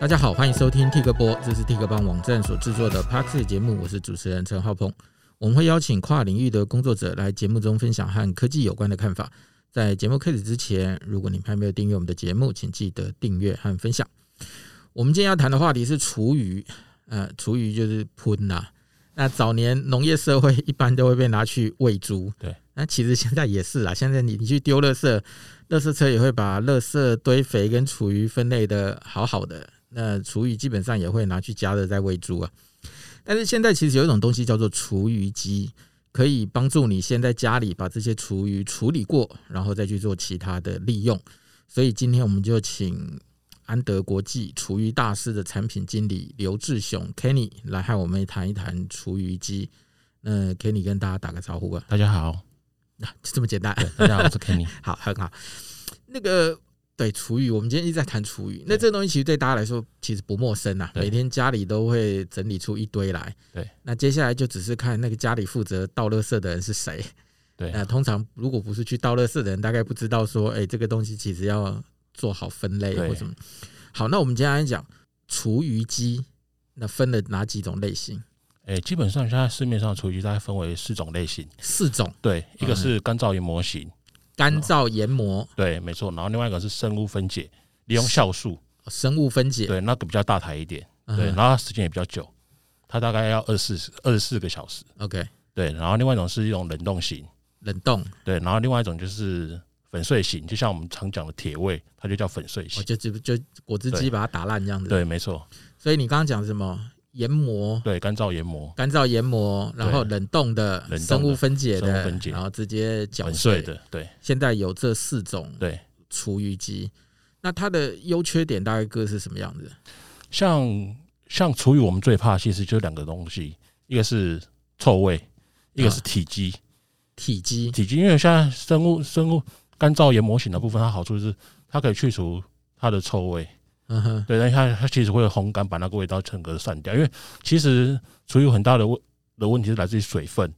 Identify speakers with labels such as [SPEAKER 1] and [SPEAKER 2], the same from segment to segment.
[SPEAKER 1] 大家好，欢迎收听 T 哥播，这是 T 哥帮网站所制作的 p a r k 节目，我是主持人陈浩鹏。我们会邀请跨领域的工作者来节目中分享和科技有关的看法。在节目开始之前，如果你们还没有订阅我们的节目，请记得订阅和分享。我们今天要谈的话题是厨余，呃，厨余就是喷呐、那早年农业社会一般都会被拿去喂猪，
[SPEAKER 2] 对。
[SPEAKER 1] 那其实现在也是啦，现在你你去丢垃圾，垃圾车也会把垃圾堆肥跟厨余分类的好好的，那厨余基本上也会拿去加热再喂猪啊。但是现在其实有一种东西叫做厨余机，可以帮助你先在家里把这些厨余处理过，然后再去做其他的利用。所以今天我们就请安德国际厨余大师的产品经理刘志雄 Kenny 来和我们谈一谈厨余机。那 Kenny 跟大家打个招呼吧，
[SPEAKER 2] 大家好，
[SPEAKER 1] 啊就这么简单。
[SPEAKER 2] 对，大家好，我是 Kenny。
[SPEAKER 1] 好，很好。那个对厨余，我们今天一直在谈厨余，那这个东西其实对大家来说其实不陌生啊，
[SPEAKER 2] 对
[SPEAKER 1] 每天家里都会整理出一堆来。
[SPEAKER 2] 对，
[SPEAKER 1] 那接下来就只是看那个家里负责倒垃圾的人是谁。
[SPEAKER 2] 对
[SPEAKER 1] 那通常如果不是去倒垃圾的人，大概不知道说，哎、这个东西其实要做好分类
[SPEAKER 2] 对
[SPEAKER 1] 或什么。好，那我们今天来讲厨余机，那分了哪几种类型？
[SPEAKER 2] 诶、基本上现在市面上的厨余大概分为四种类型，
[SPEAKER 1] 四种：
[SPEAKER 2] 对，一个是干燥油模型，
[SPEAKER 1] 干燥、研磨、
[SPEAKER 2] 对，没错，然后另外一个是生物分解，利用酵素，
[SPEAKER 1] 生物分解。
[SPEAKER 2] 对，那个比较大台一点，对，
[SPEAKER 1] 嗯
[SPEAKER 2] 然后它时间也比较久，它大概要二四二十四个小时，
[SPEAKER 1] ，OK，
[SPEAKER 2] 对，然后另外一种是一种冷冻型，
[SPEAKER 1] 冷冻，
[SPEAKER 2] 对，然后另外一种就是粉碎型，就像我们常讲的铁味，它就叫粉碎
[SPEAKER 1] 我
[SPEAKER 2] 型，
[SPEAKER 1] 哦就就就果汁机
[SPEAKER 2] 对
[SPEAKER 1] 把它打烂这样子。
[SPEAKER 2] 对，没错，
[SPEAKER 1] 所以你刚刚讲什么研磨、
[SPEAKER 2] 对，干燥研磨，
[SPEAKER 1] 干燥研磨，然后冷冻的、
[SPEAKER 2] 冷冻的
[SPEAKER 1] 生物分解
[SPEAKER 2] 生
[SPEAKER 1] 的，
[SPEAKER 2] 物分解
[SPEAKER 1] 然后直接搅
[SPEAKER 2] 粉碎。的，对，
[SPEAKER 1] 现在有这四种
[SPEAKER 2] 对。
[SPEAKER 1] 厨余机，那它的优缺点大概各是什么样子？
[SPEAKER 2] 像像厨余，我们最怕其实就两个东西，一个是臭味，一
[SPEAKER 1] 嗯
[SPEAKER 2] 个是体积。
[SPEAKER 1] 体积
[SPEAKER 2] 体积，因为现在生物生物干燥研模型的部分，它好处是它可以去除它的臭味，
[SPEAKER 1] 嗯哼，
[SPEAKER 2] 对，但是它它其实会烘干，把那个味道整个散掉。因为其实厨余很大的问的问题是来自于水分，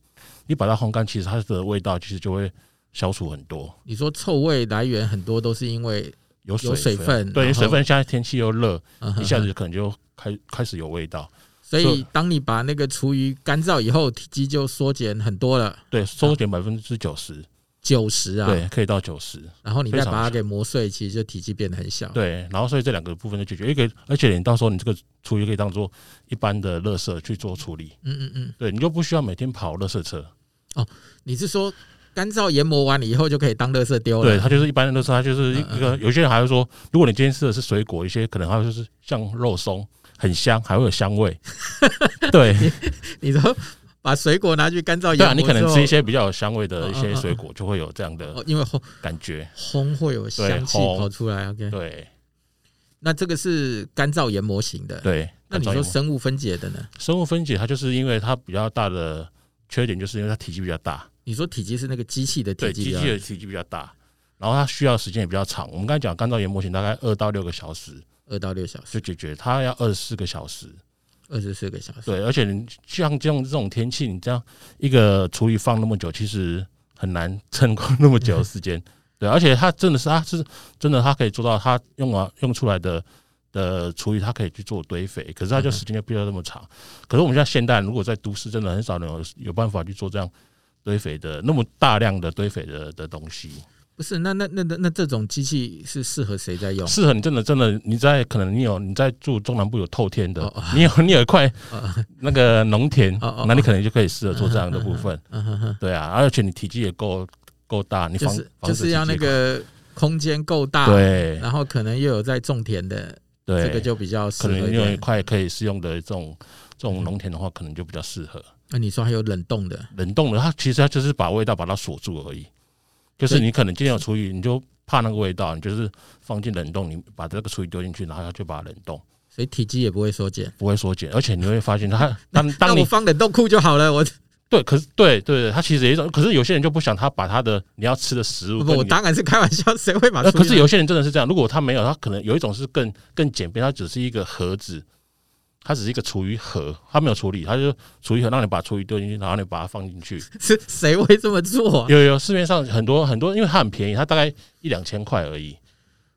[SPEAKER 2] 你把它烘干，其实它的味道其实就会消除很多。
[SPEAKER 1] 你说臭味来源很多都是因为
[SPEAKER 2] 有水
[SPEAKER 1] 有水分
[SPEAKER 2] 对，
[SPEAKER 1] 然
[SPEAKER 2] 有
[SPEAKER 1] 后
[SPEAKER 2] 水分现在天气又热，
[SPEAKER 1] 嗯哼
[SPEAKER 2] 一下子可能就开开始有味道。
[SPEAKER 1] 所以当你把那个厨余干燥以后，体积就缩减很多了，
[SPEAKER 2] 对，缩减百分之九十，
[SPEAKER 1] 九十啊，嗯
[SPEAKER 2] 对，可以到九十。
[SPEAKER 1] 然后你再
[SPEAKER 2] 非常
[SPEAKER 1] 把它
[SPEAKER 2] 小
[SPEAKER 1] 给磨碎，其实就体积变得很小。
[SPEAKER 2] 对，然后所以这两个部分就解决一个，而且你到时候你这个厨余可以当做一般的垃圾去做处理，
[SPEAKER 1] 嗯嗯嗯，
[SPEAKER 2] 对你就不需要每天跑垃圾车，
[SPEAKER 1] 你是说干燥研磨完了以后就可以当垃圾丢了？
[SPEAKER 2] 对，它就是一般的垃圾，它就
[SPEAKER 1] 哦
[SPEAKER 2] 是
[SPEAKER 1] 嗯嗯
[SPEAKER 2] 一个有些人还会说，如果你今天吃的是水果，一些可能还有就是像肉松，很香，还会有香 味，对
[SPEAKER 1] 你说把水果拿去干燥研磨
[SPEAKER 2] 对
[SPEAKER 1] 之
[SPEAKER 2] 啊，
[SPEAKER 1] 后，
[SPEAKER 2] 你可能吃一些比较有香味的
[SPEAKER 1] 嗯
[SPEAKER 2] 一
[SPEAKER 1] 嗯
[SPEAKER 2] 些
[SPEAKER 1] 嗯
[SPEAKER 2] 水果，就会有这样的
[SPEAKER 1] 哦，因为烘
[SPEAKER 2] 感觉，
[SPEAKER 1] 烘会有香气
[SPEAKER 2] 对烘
[SPEAKER 1] 跑出来。OK，
[SPEAKER 2] 对
[SPEAKER 1] 那这个是干燥研磨型的。
[SPEAKER 2] 对。
[SPEAKER 1] 那你
[SPEAKER 2] 干
[SPEAKER 1] 说
[SPEAKER 2] 燥油
[SPEAKER 1] 生物分解的呢？
[SPEAKER 2] 生物分解，它就是因为它比较大的缺点，就是因为它体积比较大，
[SPEAKER 1] 你说体积是那个机器的体
[SPEAKER 2] 对，
[SPEAKER 1] 积啊比
[SPEAKER 2] 机
[SPEAKER 1] 较
[SPEAKER 2] 器的体积比较大，然后它需要时间也比较长。我们刚才讲干燥研模型大概二到六个小时
[SPEAKER 1] 二到六小时，
[SPEAKER 2] 就解决，它要二十四个小时。
[SPEAKER 1] 二十四个小时。
[SPEAKER 2] 对，而且你像这种这种天气，你这样一个厨余放那么久，其实很难撑过那么久的时间。对，而且它真的是，它是真的，它可以做到，它用完用出来的的厨余，它可以去做堆肥，可是它
[SPEAKER 1] 嗯
[SPEAKER 2] 就
[SPEAKER 1] 哼
[SPEAKER 2] 时间就不要那么长。可是我们现在现代人，如果在都市，真的很少人有有办法去做这样堆肥的那么大量的堆肥的的东西。
[SPEAKER 1] 不是，那那那那那这种机器是适合谁在用？
[SPEAKER 2] 适啊合你真的真的，你在可能你有你在住中南部有透天的
[SPEAKER 1] 哦哦，
[SPEAKER 2] 你有你有一块
[SPEAKER 1] 哦
[SPEAKER 2] 那个农田
[SPEAKER 1] 哦哦，
[SPEAKER 2] 那你可能就可以适合做这样的部分。
[SPEAKER 1] 嗯哼哼，
[SPEAKER 2] 对啊，而且你体积也够够大，你
[SPEAKER 1] 就
[SPEAKER 2] 房
[SPEAKER 1] 是
[SPEAKER 2] 房
[SPEAKER 1] 就
[SPEAKER 2] 子
[SPEAKER 1] 是要那
[SPEAKER 2] 体积也
[SPEAKER 1] 个空间够大，
[SPEAKER 2] 够，对
[SPEAKER 1] 然后可能又有在种田的，
[SPEAKER 2] 对，
[SPEAKER 1] 这个就比较适
[SPEAKER 2] 可
[SPEAKER 1] 合
[SPEAKER 2] 能
[SPEAKER 1] 一
[SPEAKER 2] 你有一
[SPEAKER 1] 点。
[SPEAKER 2] 块可以适用的这种这种农田的话，可能就比较适合
[SPEAKER 1] 那你说还有冷冻的，
[SPEAKER 2] 冷冻的。它其实它就是把味道把它锁住而已，就是
[SPEAKER 1] 对
[SPEAKER 2] 你可能今天有厨余，你就怕那个味道，你就是放进冷冻，你把这个厨余丢进去，然后它就把它冷冻，
[SPEAKER 1] 所以体积也不会缩减。
[SPEAKER 2] 不会缩减，而且你会 发现它当
[SPEAKER 1] 那
[SPEAKER 2] 当你
[SPEAKER 1] 我放冷冻库就好了，我
[SPEAKER 2] 对，可是对对对，他其实也一种，可是有些人就不想他把他的你要吃的食物
[SPEAKER 1] 不
[SPEAKER 2] 跟
[SPEAKER 1] 不，
[SPEAKER 2] 你，
[SPEAKER 1] 我当然是开玩笑，谁会把
[SPEAKER 2] 呃
[SPEAKER 1] 厨余啊
[SPEAKER 2] 可是
[SPEAKER 1] 拿
[SPEAKER 2] 有些人真的是这样，如果他没有，他可能有一种是更更简便，它只是一个盒子，它只是一个厨余盒，他没有处理，他就厨余盒让你把厨余丢进去，然后你把它放 进去。
[SPEAKER 1] 是谁会这么做啊、
[SPEAKER 2] 有有市面上很多很多，因为它很便宜，它大概一两千块而已，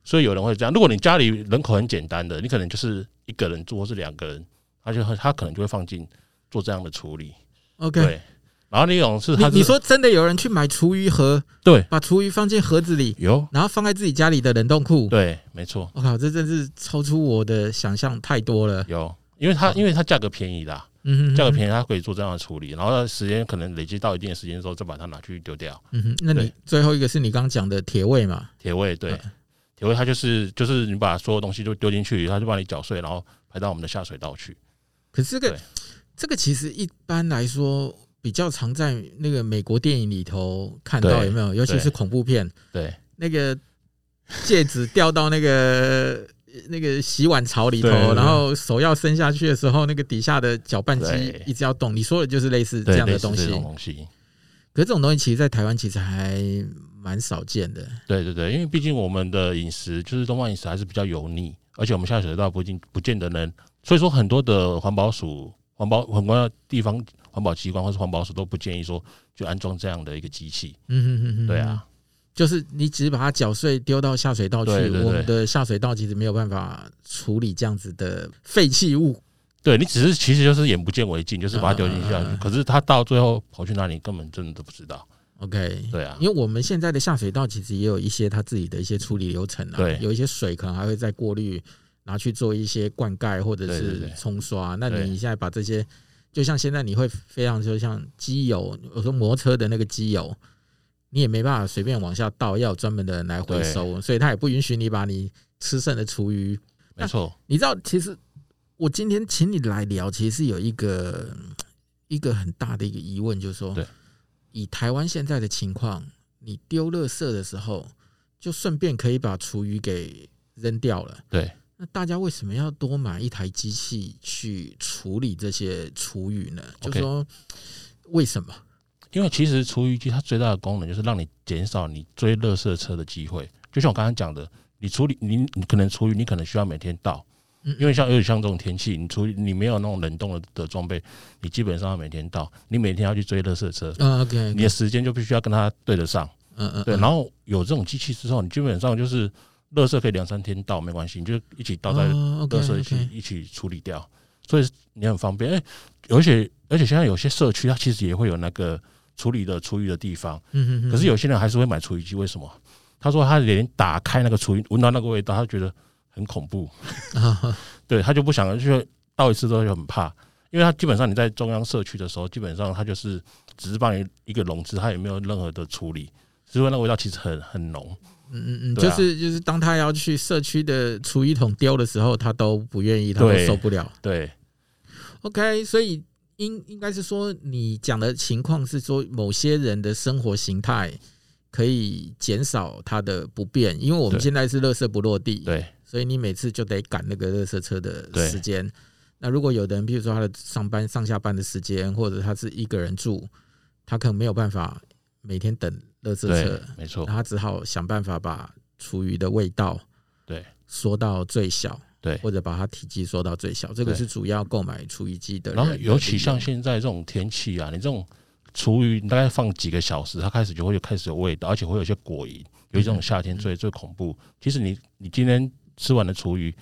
[SPEAKER 2] 所以有人会这样。如果你家里人口很简单的，你可能就是一个人住或是两个人，他就会他可能就会放进做这样的处理。
[SPEAKER 1] OK，
[SPEAKER 2] 对，然后另一种是
[SPEAKER 1] 你
[SPEAKER 2] 他是
[SPEAKER 1] 你说真的有人去买厨余盒，
[SPEAKER 2] 对
[SPEAKER 1] 把厨余放进盒子里，
[SPEAKER 2] 有
[SPEAKER 1] 然后放在自己家里的冷冻库。
[SPEAKER 2] 对，没错
[SPEAKER 1] 我靠，这真是超出我的想象太多了。
[SPEAKER 2] 有，因为它因为它价格便宜啦，
[SPEAKER 1] 嗯哼，
[SPEAKER 2] 价格
[SPEAKER 1] 宜。
[SPEAKER 2] 便宜它可以做这样的处理，然后时间可能累积到一定的时间之后再把它拿去丢掉。
[SPEAKER 1] 嗯哼，那你
[SPEAKER 2] 对
[SPEAKER 1] 最后一个是你刚刚讲的铁味嘛？
[SPEAKER 2] 铁味对
[SPEAKER 1] 嗯，
[SPEAKER 2] 铁味它就是就是你把所有东西都丢进去，它就帮你搅碎，然后排到我们的下水道去。
[SPEAKER 1] 可是这个
[SPEAKER 2] 对
[SPEAKER 1] 这个其实一般来说比较常在那个美国电影里头看到，
[SPEAKER 2] 对
[SPEAKER 1] 有没有？尤其是
[SPEAKER 2] 对
[SPEAKER 1] 恐怖片，
[SPEAKER 2] 对
[SPEAKER 1] 那个戒指掉到那个那个洗碗槽里头，
[SPEAKER 2] 对对对
[SPEAKER 1] 然后手要伸下去的时候，那个底下的搅拌机
[SPEAKER 2] 对
[SPEAKER 1] 一直要动。你说的就是类似
[SPEAKER 2] 对，
[SPEAKER 1] 这样的
[SPEAKER 2] 类似
[SPEAKER 1] 东西
[SPEAKER 2] 这，种东西。
[SPEAKER 1] 可是这种东西其实，在台湾其实还蛮少见的。
[SPEAKER 2] 对对对，因为毕竟我们的饮食就是东方饮食还是比较油腻，而且我们下水道不进不见得能，所以说很多的环保署、环保很多地方环保机关或是环保署都不建议说就安装这样的一个机器。
[SPEAKER 1] 嗯哼哼哼，
[SPEAKER 2] 对啊，
[SPEAKER 1] 就是你只把它搅碎丢到下水道去，
[SPEAKER 2] 对对对
[SPEAKER 1] 我们的下水道其实没有办法处理这样子的废弃物。
[SPEAKER 2] 对你只是其实就是眼不见为净，就是把它丢进去啊
[SPEAKER 1] 嗯嗯嗯嗯，
[SPEAKER 2] 可是它到最后跑去哪里根本真的都不知道。
[SPEAKER 1] OK，
[SPEAKER 2] 对啊，
[SPEAKER 1] 因为我们现在的下水道其实也有一些它自己的一些处理流程啊，
[SPEAKER 2] 对
[SPEAKER 1] 有一些水可能还会再过滤，拿去做一些灌溉或者
[SPEAKER 2] 对对
[SPEAKER 1] 是
[SPEAKER 2] 对
[SPEAKER 1] 冲刷。那
[SPEAKER 2] 对
[SPEAKER 1] 你现在把这些，就像现在你会非常就像机油，我说摩托车的那个机油，你也没办法随便往下倒，要有专门的人来回
[SPEAKER 2] 对
[SPEAKER 1] 收，所以它也不允许你把你吃剩的厨余
[SPEAKER 2] 没错。
[SPEAKER 1] 你知道，其实我今天请你来聊，其实是有一个嗯一个很大的一个疑问，就是说
[SPEAKER 2] 对，
[SPEAKER 1] 以台湾现在的情况，你丢垃圾的时候，就顺便可以把厨余给扔掉了。
[SPEAKER 2] 对，
[SPEAKER 1] 那大家为什么要多买一台机器去处理这些厨余呢？就
[SPEAKER 2] OK
[SPEAKER 1] 说为什么？
[SPEAKER 2] 因为其实厨余机它最大的功能就是让你减少你追垃圾车的机会。就像我刚刚讲的，你处理你你可能厨余，你可能需要每天倒，
[SPEAKER 1] 嗯
[SPEAKER 2] 因为像有点像这种天气，你处理你没有那种冷冻的的装备，你基本上要每天倒，你每天要去追垃圾车，
[SPEAKER 1] 嗯，OK，
[SPEAKER 2] 你的时间就必须要跟它对得上。
[SPEAKER 1] 嗯嗯，
[SPEAKER 2] 对，
[SPEAKER 1] 嗯
[SPEAKER 2] 然后有这种机器之后，你基本上就是垃圾可以两三天倒没关系，你就一起倒在
[SPEAKER 1] 哦
[SPEAKER 2] 垃圾一
[SPEAKER 1] OK，OK
[SPEAKER 2] 起一起处理掉，所以你很方便。哎，而且而且现在有些社区它其实也会有那个处理的厨余的地方，
[SPEAKER 1] 嗯嗯嗯，
[SPEAKER 2] 可是有些人还是会买厨余机，为什么？他说他连打开那个厨余，闻到那个味道，他觉得很恐怖，
[SPEAKER 1] 啊
[SPEAKER 2] 对他就不想，就是倒一次之后就很怕，因为他基本上你在中央社区的时候，基本上他就是只是帮你一个笼子，他也没有任何的处理，只是说那个味道其实很很浓，
[SPEAKER 1] 嗯嗯嗯，
[SPEAKER 2] 对
[SPEAKER 1] 就
[SPEAKER 2] 啊
[SPEAKER 1] 是就是，当他要去社区的厨余桶丢的时候，他都不愿意，他都
[SPEAKER 2] 对
[SPEAKER 1] 受不了。
[SPEAKER 2] 对
[SPEAKER 1] OK，所以应应该是说，你讲的情况是说，某些人的生活形态可以减少他的不便，因为我们
[SPEAKER 2] 对
[SPEAKER 1] 现在是垃圾不落地，
[SPEAKER 2] 对
[SPEAKER 1] 所以你每次就得赶那个垃圾车的
[SPEAKER 2] 对
[SPEAKER 1] 时间。那如果有的人，比如说他的上班上下班的时间，或者他是一个人住，他可能没有办法每天等垃圾
[SPEAKER 2] 对
[SPEAKER 1] 车，，
[SPEAKER 2] 没错
[SPEAKER 1] 那，他只好想办法把厨余的味道
[SPEAKER 2] 对
[SPEAKER 1] 缩到最小，
[SPEAKER 2] 对
[SPEAKER 1] 或者把它体积缩到最小，这个
[SPEAKER 2] 对
[SPEAKER 1] 是主要购买厨余机的人
[SPEAKER 2] 然后
[SPEAKER 1] 的
[SPEAKER 2] 尤其
[SPEAKER 1] 理由
[SPEAKER 2] 像现在这种天气啊，你这种厨余你大概放几个小时，它开始就会有开始有味道，而且会有一些果蝇。尤其这种夏天最最恐怖。其实你你今天吃完的厨余，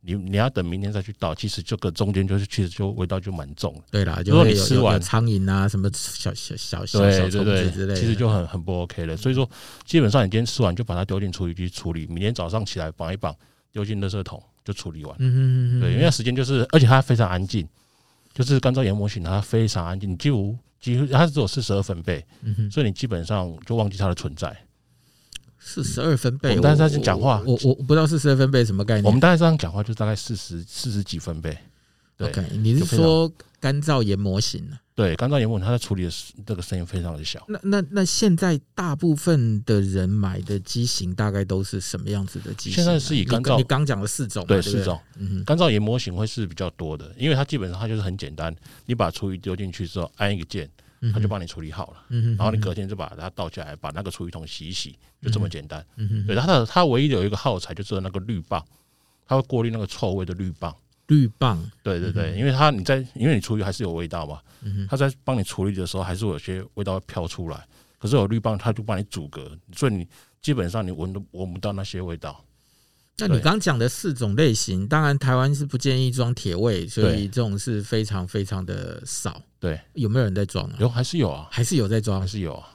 [SPEAKER 2] 你你要等明天再去倒，其实这个中间就是其实就味道就蛮重的。
[SPEAKER 1] 对啦，
[SPEAKER 2] 如
[SPEAKER 1] 就
[SPEAKER 2] 果
[SPEAKER 1] 会
[SPEAKER 2] 你
[SPEAKER 1] 有
[SPEAKER 2] 吃
[SPEAKER 1] 有
[SPEAKER 2] 完
[SPEAKER 1] 有苍蝇啊，什么小小小小小虫子之类的，嗯
[SPEAKER 2] 其实就很很不 OK 了。所以说，基本上你今天吃完就把它丢进厨余去处理，明天早上起来绑一绑，丢进垃圾桶就处理完。
[SPEAKER 1] 嗯嗯嗯，
[SPEAKER 2] 对，因为它时间就是，而且它非常安静，就是干燥研模型它非常安静，你几乎几乎它只有四十二分贝，
[SPEAKER 1] 嗯哼
[SPEAKER 2] 所以你基本上就忘记它的存在。
[SPEAKER 1] 四十二分
[SPEAKER 2] 我
[SPEAKER 1] 贝，
[SPEAKER 2] 们刚才
[SPEAKER 1] 我
[SPEAKER 2] 在讲话
[SPEAKER 1] 我我我不知道四十二分贝什么概念，
[SPEAKER 2] 我们大概这样讲话，就大概四十四十几分贝。对
[SPEAKER 1] OK，你是
[SPEAKER 2] 就非常
[SPEAKER 1] 说干燥研模型啊？
[SPEAKER 2] 对，干燥研模型它在处理的时这个声音非常的小。
[SPEAKER 1] 那那那现在大部分的人买的机型大概都是什么样子的机型啊？
[SPEAKER 2] 现在是以干
[SPEAKER 1] 你
[SPEAKER 2] 燥
[SPEAKER 1] 你刚讲了四种嘛，
[SPEAKER 2] 对，
[SPEAKER 1] 不
[SPEAKER 2] 四种
[SPEAKER 1] 嗯哼，
[SPEAKER 2] 干燥研模型会是比较多的，因为它基本上它就是很简单，你把厨余丢进去之后按一个键，
[SPEAKER 1] 嗯
[SPEAKER 2] 它就
[SPEAKER 1] 哼
[SPEAKER 2] 帮你处理好了。
[SPEAKER 1] 嗯哼，
[SPEAKER 2] 然后你隔天就把它倒下来，把那个厨余桶洗一洗，就这么简单。
[SPEAKER 1] 嗯哼
[SPEAKER 2] 对，它的它唯一有一个耗材就是那个滤棒，它会过滤那个臭味的滤棒。
[SPEAKER 1] 绿棒，
[SPEAKER 2] 对对对，因为它你在因为你厨余还是有味道嘛，
[SPEAKER 1] 嗯哼，
[SPEAKER 2] 它在帮你处理的时候还是会有些味道会飘出来，可是有绿棒它就帮你阻隔，所以你基本上你闻都闻不到那些味道。
[SPEAKER 1] 那你
[SPEAKER 2] 对
[SPEAKER 1] 刚讲的四种类型，当然台湾是不建议装铁味，所以
[SPEAKER 2] 对
[SPEAKER 1] 这种是非常非常的少。
[SPEAKER 2] 对，
[SPEAKER 1] 有没有人在装啊？
[SPEAKER 2] 有还是有啊，
[SPEAKER 1] 还是有在
[SPEAKER 2] 还
[SPEAKER 1] 装？
[SPEAKER 2] 是有啊。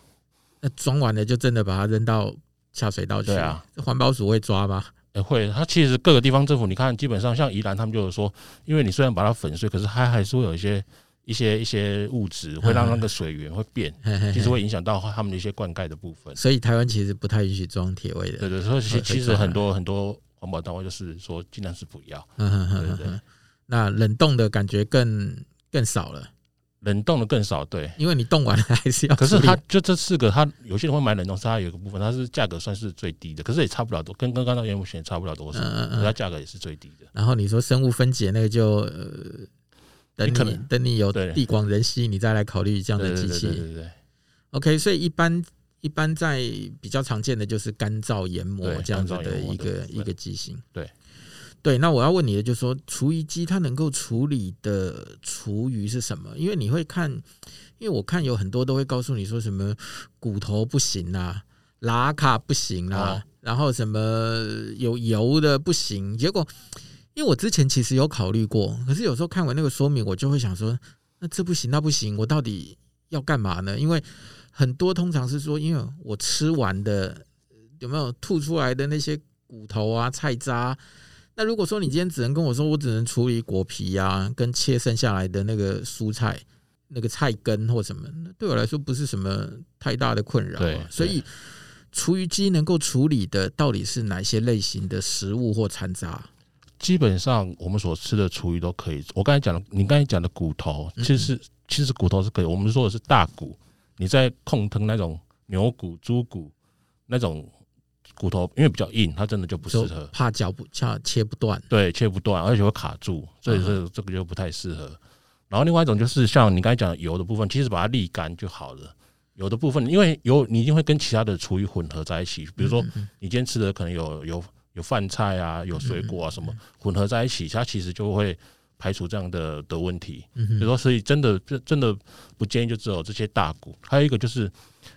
[SPEAKER 1] 那装完了就真的把它扔到下水道去？
[SPEAKER 2] 对啊，
[SPEAKER 1] 环保署会抓吗？
[SPEAKER 2] 也呃会，它其实各个地方政府，你看，基本上像宜兰，他们就是说，因为你虽然把它粉碎，可是它还是会有一些一些一些物质，会让那个水源会变，
[SPEAKER 1] 嗯嘿嘿嘿
[SPEAKER 2] 其实会影响到他们的一些灌溉的部分。
[SPEAKER 1] 所以台湾其实不太允许装铁味的。
[SPEAKER 2] 对对，所以
[SPEAKER 1] 会
[SPEAKER 2] 其其
[SPEAKER 1] 会
[SPEAKER 2] 实
[SPEAKER 1] 传
[SPEAKER 2] 很多很多环保单位就是说，尽量是不要。
[SPEAKER 1] 嗯哼
[SPEAKER 2] 对
[SPEAKER 1] 哼
[SPEAKER 2] 对
[SPEAKER 1] 哼
[SPEAKER 2] 对
[SPEAKER 1] 哼， 那冷冻的感觉更更少了，
[SPEAKER 2] 冷冻的更少，对。
[SPEAKER 1] 因为你冻完了还啊是要处
[SPEAKER 2] 可
[SPEAKER 1] 理。
[SPEAKER 2] 是它就这四个，它有些人会买冷冻，是它有一个部分，它是价格算是最低的，可是也差不了多，跟跟刚刚原木险差不了多少，
[SPEAKER 1] 嗯嗯
[SPEAKER 2] 可是它
[SPEAKER 1] 嗯，
[SPEAKER 2] 价格也是最低的。
[SPEAKER 1] 然后你说生物分解那个就呃，等
[SPEAKER 2] 你可
[SPEAKER 1] 你
[SPEAKER 2] 能
[SPEAKER 1] 等你有
[SPEAKER 2] 对
[SPEAKER 1] 地广人稀，你再来考虑这样
[SPEAKER 2] 对
[SPEAKER 1] 的
[SPEAKER 2] 对
[SPEAKER 1] 机
[SPEAKER 2] 对对
[SPEAKER 1] 器。
[SPEAKER 2] 对对
[SPEAKER 1] OK，所以一般一般在比较常见的就是干燥研磨
[SPEAKER 2] 对
[SPEAKER 1] 这样子
[SPEAKER 2] 干燥
[SPEAKER 1] 的
[SPEAKER 2] 研磨
[SPEAKER 1] 一
[SPEAKER 2] 的
[SPEAKER 1] 个
[SPEAKER 2] 部分
[SPEAKER 1] 一个机型。
[SPEAKER 2] 对
[SPEAKER 1] 对，那我要问你的就是说，厨余机它能够处理的厨余是什么？因为你会看，因为我看有很多都会告诉你说什么骨头不行啦、啊，拉卡不行啦、
[SPEAKER 2] 哦
[SPEAKER 1] 然后什么有油的不行，结果。因为我之前其实有考虑过，可是有时候看完那个说明，我就会想说，那这不行，那不行，我到底要干嘛呢？因为很多通常是说，因为我吃完的有没有吐出来的那些骨头啊、菜渣，那如果说你今天只能跟我说，我只能处理果皮啊，跟切剩下来的那个蔬菜、那个菜根或什么，那对我来说不是什么太大的困扰、
[SPEAKER 2] 对
[SPEAKER 1] 啊
[SPEAKER 2] 对。
[SPEAKER 1] 所以，厨余机能够处理的到底是哪些类型的食物或残渣？
[SPEAKER 2] 基本上我们所吃的厨余都可以。我刚才讲的，你刚才讲的骨头，
[SPEAKER 1] 嗯
[SPEAKER 2] 其实是其实骨头是可以。我们说的是大骨，你在控腾那种牛骨、猪骨那种骨头，因为比较硬，它真的就不适
[SPEAKER 1] 就
[SPEAKER 2] 合。
[SPEAKER 1] 怕绞不怕切不断。
[SPEAKER 2] 对，切不断，而且会卡住，所以
[SPEAKER 1] 嗯
[SPEAKER 2] 这这个就不太适合。然后另外一种就是像你刚才讲的油的部分，其实把它沥干就好了。油的部分，因为油你一定会跟其他的厨余混合在一起，比如说
[SPEAKER 1] 嗯，嗯
[SPEAKER 2] 你今天吃的可能有有有饭菜啊，有水果啊什么
[SPEAKER 1] 嗯
[SPEAKER 2] 混合在一起，它其实就会排除这样的的问题。
[SPEAKER 1] 嗯
[SPEAKER 2] 比
[SPEAKER 1] 哼
[SPEAKER 2] 如说，所以真的真真的不建议就只有这些大骨，还有一个就是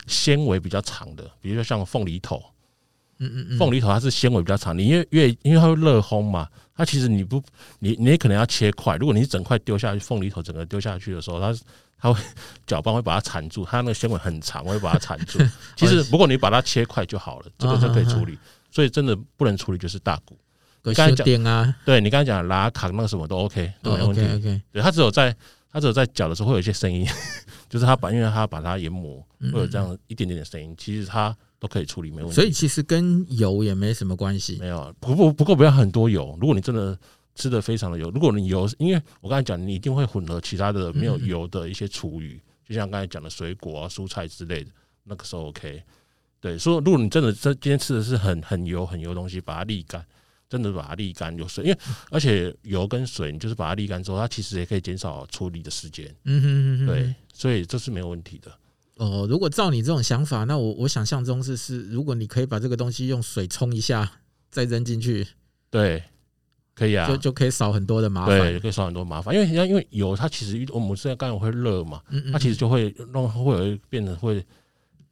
[SPEAKER 2] 纤维比较长的，比如说像凤梨头，
[SPEAKER 1] 嗯嗯嗯，
[SPEAKER 2] 凤梨头它是纤维比较长，你越越因为它会热烘嘛，它其实你不你你也可能要切块，如果你整块丢下去，凤梨头整个丢下去的时候，它它会搅拌会把它缠住，它那个纤维很长，会把它缠 住。其实不过你把它切块就好了，这
[SPEAKER 1] 啊
[SPEAKER 2] 个就可以处理。所以真的不能处理就是大骨，
[SPEAKER 1] 有
[SPEAKER 2] 刚才
[SPEAKER 1] 修
[SPEAKER 2] 讲
[SPEAKER 1] 电啊，哦
[SPEAKER 2] 对你刚才讲的拉卡那个什么都 OK 都没问题。
[SPEAKER 1] OK OK，
[SPEAKER 2] 对，它只有在它只有在搅的时候会有一些声音， 就是它把因为它把它研磨
[SPEAKER 1] 嗯
[SPEAKER 2] 会有这样一点点的声音，其实它都可以处理没问题。
[SPEAKER 1] 所以其实跟油也没什么关系。
[SPEAKER 2] 没有，不过不过不要很多油。如果你真的吃的非常的油，如果你油，因为我刚才讲，你一定会混合其他的没有
[SPEAKER 1] 嗯嗯
[SPEAKER 2] 油的一些厨余，就像刚才讲的水果啊、蔬菜之类的，那个时候 OK。对，所以如果你真的这今天吃的是很很油很油的东西，把它沥干，真的把它沥干有水，因为而且油跟水，你就是把它沥干之后，它其实也可以减少处理的时间。
[SPEAKER 1] 嗯哼哼哼，
[SPEAKER 2] 对，所以这是没有问题的。
[SPEAKER 1] 哦，如果照你这种想法，那我我想象中是是，如果你可以把这个东西用水冲一下，再扔进去，
[SPEAKER 2] 对，可以啊，
[SPEAKER 1] 就就可以少很多的麻烦。
[SPEAKER 2] 对，可以少很多麻烦，因为人家因为油它其实我们现在刚才会热嘛，
[SPEAKER 1] 嗯，嗯
[SPEAKER 2] 它其实就会弄会有一变成会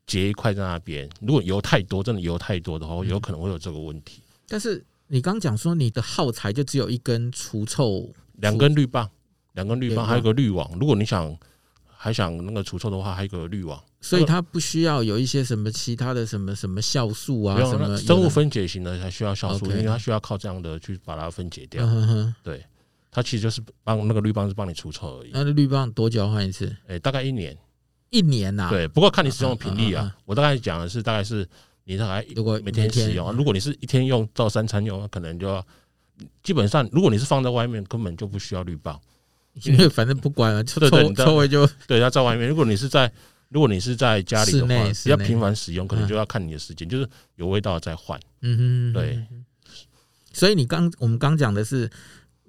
[SPEAKER 2] 结一块在那边。如果油太多，真的油太多的
[SPEAKER 1] 嗯
[SPEAKER 2] 话，有可能会有这个问题。
[SPEAKER 1] 但是你刚讲说你的耗材就只有一根除臭，
[SPEAKER 2] 两根绿棒，两根绿
[SPEAKER 1] 对啊
[SPEAKER 2] 棒，还有个滤网。如果你想还想那个除臭的话，还有个滤网。
[SPEAKER 1] 所以它不需要有一些什么其他的什么什么酵素啊
[SPEAKER 2] 不
[SPEAKER 1] 什
[SPEAKER 2] 用那
[SPEAKER 1] 么
[SPEAKER 2] 生物
[SPEAKER 1] 有的
[SPEAKER 2] 分解型的才需要酵素，因
[SPEAKER 1] OK
[SPEAKER 2] 为它需要靠这样的去把它分解
[SPEAKER 1] 嗯。
[SPEAKER 2] 掉
[SPEAKER 1] 哼哼，
[SPEAKER 2] 它其实就是帮那个绿棒是帮你除臭而已。
[SPEAKER 1] 那绿棒多久要换一次？
[SPEAKER 2] 诶，大概一年。
[SPEAKER 1] 一年呐、啊？，
[SPEAKER 2] 对，不过看你使用的频率
[SPEAKER 1] 嗯嗯嗯
[SPEAKER 2] 啊。我大概讲的是，大概是你大概
[SPEAKER 1] 如果
[SPEAKER 2] 每天使用啊。如果你是一天用到三餐用，那可能就要基本上，如果你是放在外面，根本就不需要绿棒。
[SPEAKER 1] 因为反正不管了，臭
[SPEAKER 2] 对对
[SPEAKER 1] 臭
[SPEAKER 2] 你知道
[SPEAKER 1] 臭味就
[SPEAKER 2] 对，要在外面。如果你是在如果你是在家里的
[SPEAKER 1] 室
[SPEAKER 2] 话
[SPEAKER 1] 内，
[SPEAKER 2] 比
[SPEAKER 1] 室内嗯
[SPEAKER 2] 较频繁使用，可能就要看你的时间，就是有味道再换。
[SPEAKER 1] 嗯哼，
[SPEAKER 2] 对，
[SPEAKER 1] 所以你刚我们刚讲的是，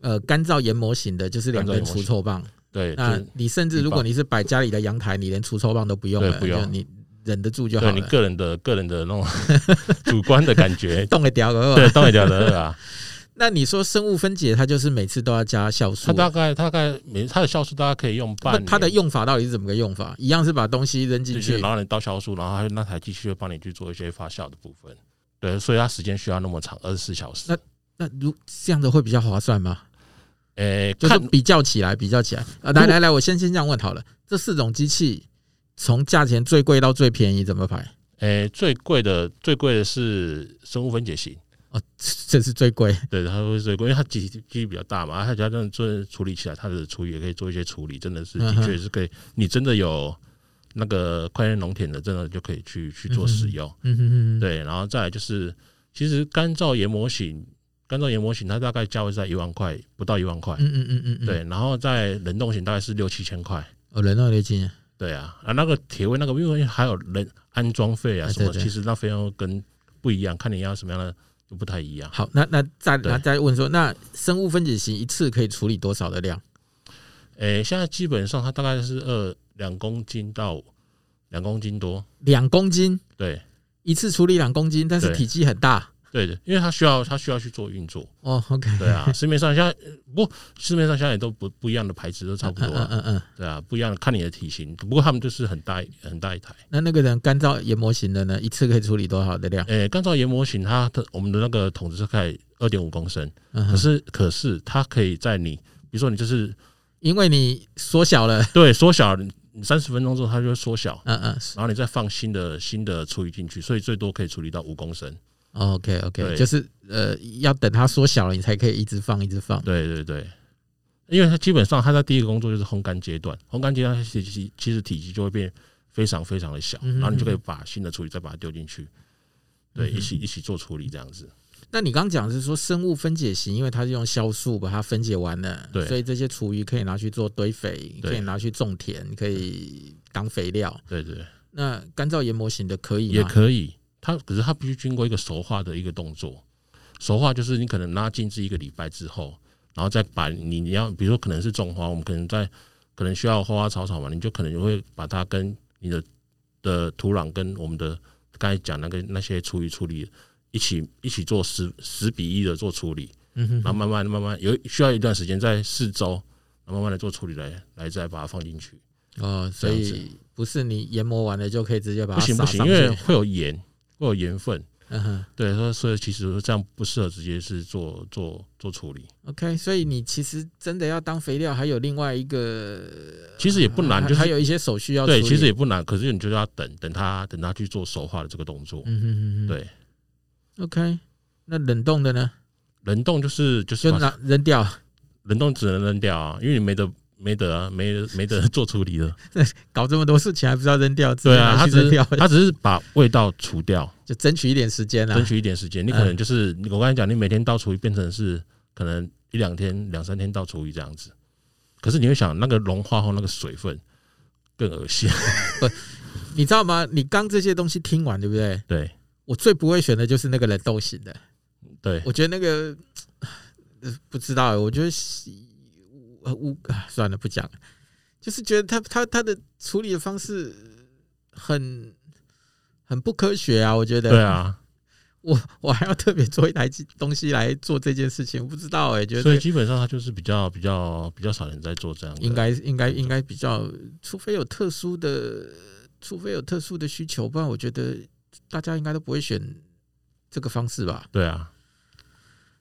[SPEAKER 1] 呃，干燥研磨型的，就是两
[SPEAKER 2] 干燥
[SPEAKER 1] 根
[SPEAKER 2] 研磨
[SPEAKER 1] 除
[SPEAKER 2] 型
[SPEAKER 1] 臭棒。
[SPEAKER 2] 对，就
[SPEAKER 1] 那
[SPEAKER 2] 是
[SPEAKER 1] 你甚至如果你是摆家里的阳台，你连除臭棒都不用
[SPEAKER 2] 对
[SPEAKER 1] 了，
[SPEAKER 2] 不用
[SPEAKER 1] 就你忍得住就好
[SPEAKER 2] 对你
[SPEAKER 1] 了。
[SPEAKER 2] 个人的个人的那种 主观的感 觉。
[SPEAKER 1] 动了掉了，
[SPEAKER 2] 对，当然讲的啊，
[SPEAKER 1] 那你说生物分解，它就是每次都要加酵素
[SPEAKER 2] 它，大概大概每它的酵素大概可以用半
[SPEAKER 1] 那
[SPEAKER 2] 年，
[SPEAKER 1] 它的用法到底是怎么个用法？一样是把东西扔进
[SPEAKER 2] 就是
[SPEAKER 1] 去
[SPEAKER 2] 然，后你倒酵素，然后它那台机器会帮你去做一些发酵的部分。对，所以它时间需要那么长，二十四小时
[SPEAKER 1] 那。那如这样子会比较划算吗？
[SPEAKER 2] 诶、
[SPEAKER 1] 就是
[SPEAKER 2] 看
[SPEAKER 1] 比较起来，比较起来，啊，
[SPEAKER 2] 如
[SPEAKER 1] 来
[SPEAKER 2] 果
[SPEAKER 1] 来来，我先先这样问好了，这四种机器从价钱最贵到最便宜怎么排？
[SPEAKER 2] 诶、最贵的最贵的是生物分解型，
[SPEAKER 1] 哦，这是最贵，
[SPEAKER 2] 对，它会最贵，因为它机体机体比较大嘛，它它真的做处理起来，它的处理也可以做一些处理，真的是
[SPEAKER 1] 嗯
[SPEAKER 2] 的
[SPEAKER 1] 哼
[SPEAKER 2] 确是可以，你真的有那个快乐农田的，真的就可以去去做使用。
[SPEAKER 1] 嗯哼哼，，
[SPEAKER 2] 对，然后再来就是，其实干燥研模型，干燥研模型它大概价位在一万块，不到一万块。
[SPEAKER 1] 嗯嗯嗯嗯嗯，，
[SPEAKER 2] 对，然后在冷冻型大概是六七千块。
[SPEAKER 1] 哦，人肉流金，
[SPEAKER 2] 对啊，啊那个铁位那个，因为还有人安装费啊
[SPEAKER 1] 哎
[SPEAKER 2] 什么，
[SPEAKER 1] 对对
[SPEAKER 2] 其实那费用跟不一样，看你要什么样的就不太一样。
[SPEAKER 1] 好，那那再
[SPEAKER 2] 对
[SPEAKER 1] 那再问说，那生物分解型一次可以处理多少的量？
[SPEAKER 2] 诶、现在基本上它大概是二两公斤到两公斤多，
[SPEAKER 1] 两公斤，
[SPEAKER 2] 对
[SPEAKER 1] 一次处理两公斤，但是
[SPEAKER 2] 对
[SPEAKER 1] 体积很大
[SPEAKER 2] 对的，因为它需要它需要去做运作，
[SPEAKER 1] 哦。OK，
[SPEAKER 2] 对啊，市面上现在不过市面上现在也都不不一样的牌子都差不多、
[SPEAKER 1] 嗯
[SPEAKER 2] 啊，
[SPEAKER 1] 嗯嗯嗯，
[SPEAKER 2] 对啊，不一样的看你的体型，不过他们就是很大一很大一台。
[SPEAKER 1] 那那个人干燥研磨型的呢，一次可以处理多少的 量？
[SPEAKER 2] 诶、干燥研模型它的我们的那个桶子是开二点五公升，
[SPEAKER 1] 嗯
[SPEAKER 2] 可
[SPEAKER 1] 哼，
[SPEAKER 2] 是可是它可以在你比如说你就是
[SPEAKER 1] 因为你缩小了，
[SPEAKER 2] 对缩小，你三十分钟之后它就会缩小，
[SPEAKER 1] 嗯嗯
[SPEAKER 2] 然后你再放新的新的处理进去，所以最多可以处理到五公升。
[SPEAKER 1] ，OK OK，
[SPEAKER 2] 对
[SPEAKER 1] 哦就是呃，要等它缩小了，你才可以一直放，一直放。
[SPEAKER 2] 对对对，因为它基本上它在第一个工作就是烘干阶段，烘干阶段它其实其实体积就会变非常非常的小，
[SPEAKER 1] 嗯哼
[SPEAKER 2] 然后你就可以把新的处理再把它丢进去，对，
[SPEAKER 1] 嗯哼
[SPEAKER 2] 一起一起做处理这样子。
[SPEAKER 1] 那你刚刚讲的是说生物分解型，因为它是用酵素把它分解完了，
[SPEAKER 2] 对
[SPEAKER 1] 所以这些厨余可以拿去做堆肥，
[SPEAKER 2] 对
[SPEAKER 1] 可以拿去种田，可以当肥料。
[SPEAKER 2] 对对，对
[SPEAKER 1] 那干燥研磨型的可以吗？
[SPEAKER 2] 也可以。它可是它必须经过一个熟化的一个动作，熟化就是你可能拉近至一个礼拜之后，然后再把你你要比如说可能是种花，我们可能在可能需要花花草草嘛，你就可能会把它跟你的的土壤跟我们的刚才讲那个那些处理处理一起一起做十十比一的做处理，
[SPEAKER 1] 嗯哼
[SPEAKER 2] 然后慢慢慢慢有需要一段时间在四周，然后慢慢的做处理来来再把它放进去，
[SPEAKER 1] 哦，所
[SPEAKER 2] 这样
[SPEAKER 1] 以不是你研磨完了就可以直接把
[SPEAKER 2] 不
[SPEAKER 1] 它
[SPEAKER 2] 行
[SPEAKER 1] 撒
[SPEAKER 2] 不行，
[SPEAKER 1] 上
[SPEAKER 2] 因
[SPEAKER 1] 去。
[SPEAKER 2] 为会有盐会有盐分。
[SPEAKER 1] 嗯哼
[SPEAKER 2] 对，所以所以其实这样不适合直接是做做做处理，
[SPEAKER 1] ，OK，所以你其实真的要当肥料，还有另外一个
[SPEAKER 2] 其实也不难，
[SPEAKER 1] 呃还
[SPEAKER 2] 就
[SPEAKER 1] 还
[SPEAKER 2] 是
[SPEAKER 1] 有一些手续要
[SPEAKER 2] 对，
[SPEAKER 1] 处
[SPEAKER 2] 其实
[SPEAKER 1] 理
[SPEAKER 2] 也不难，可是你就要等等它等它去做熟化的这个动作。
[SPEAKER 1] 嗯哼哼哼，
[SPEAKER 2] 对，
[SPEAKER 1] ，OK。那冷冻的呢？
[SPEAKER 2] 冷冻就是就是
[SPEAKER 1] 就
[SPEAKER 2] 把
[SPEAKER 1] 拿扔掉，
[SPEAKER 2] 冷冻只能扔掉啊，因为你没得没得啊，没得没 得做处理了。
[SPEAKER 1] 搞这么多事情还不知道扔掉，
[SPEAKER 2] 对
[SPEAKER 1] 直接
[SPEAKER 2] 啊，
[SPEAKER 1] 拿
[SPEAKER 2] 它
[SPEAKER 1] 去
[SPEAKER 2] 只
[SPEAKER 1] 扔
[SPEAKER 2] 是
[SPEAKER 1] 掉，啊
[SPEAKER 2] 它只是把味道除掉，
[SPEAKER 1] 就争取一点时间啦
[SPEAKER 2] 争。取一点时间。你
[SPEAKER 1] 嗯
[SPEAKER 2] 可能就是你我刚才讲，你每天倒厨余变成是可能一两天两三天倒厨余这样子，可是你会想那个融化后那个水分更恶心，
[SPEAKER 1] 你知道吗？你刚这些东西听完，对不对？
[SPEAKER 2] 对
[SPEAKER 1] 我最不会选的就是那个冷冻型的，
[SPEAKER 2] 对。
[SPEAKER 1] 我觉得那个 呃不知道欸，我觉得是呃无啊算了不讲了，就是觉得他他他的处理的方式很很不科学啊，我觉得。
[SPEAKER 2] 对，啊，
[SPEAKER 1] 我我还要特别做一台机东西来做这件事情，不知道哎、觉
[SPEAKER 2] 所以
[SPEAKER 1] 得
[SPEAKER 2] 基本上它就是比较比较比较少人在做这样的，
[SPEAKER 1] 应该应该应该比较，除非有特殊的，除非有特殊的需求，不然我觉得大家应该都不会选这个方式吧。
[SPEAKER 2] 对啊，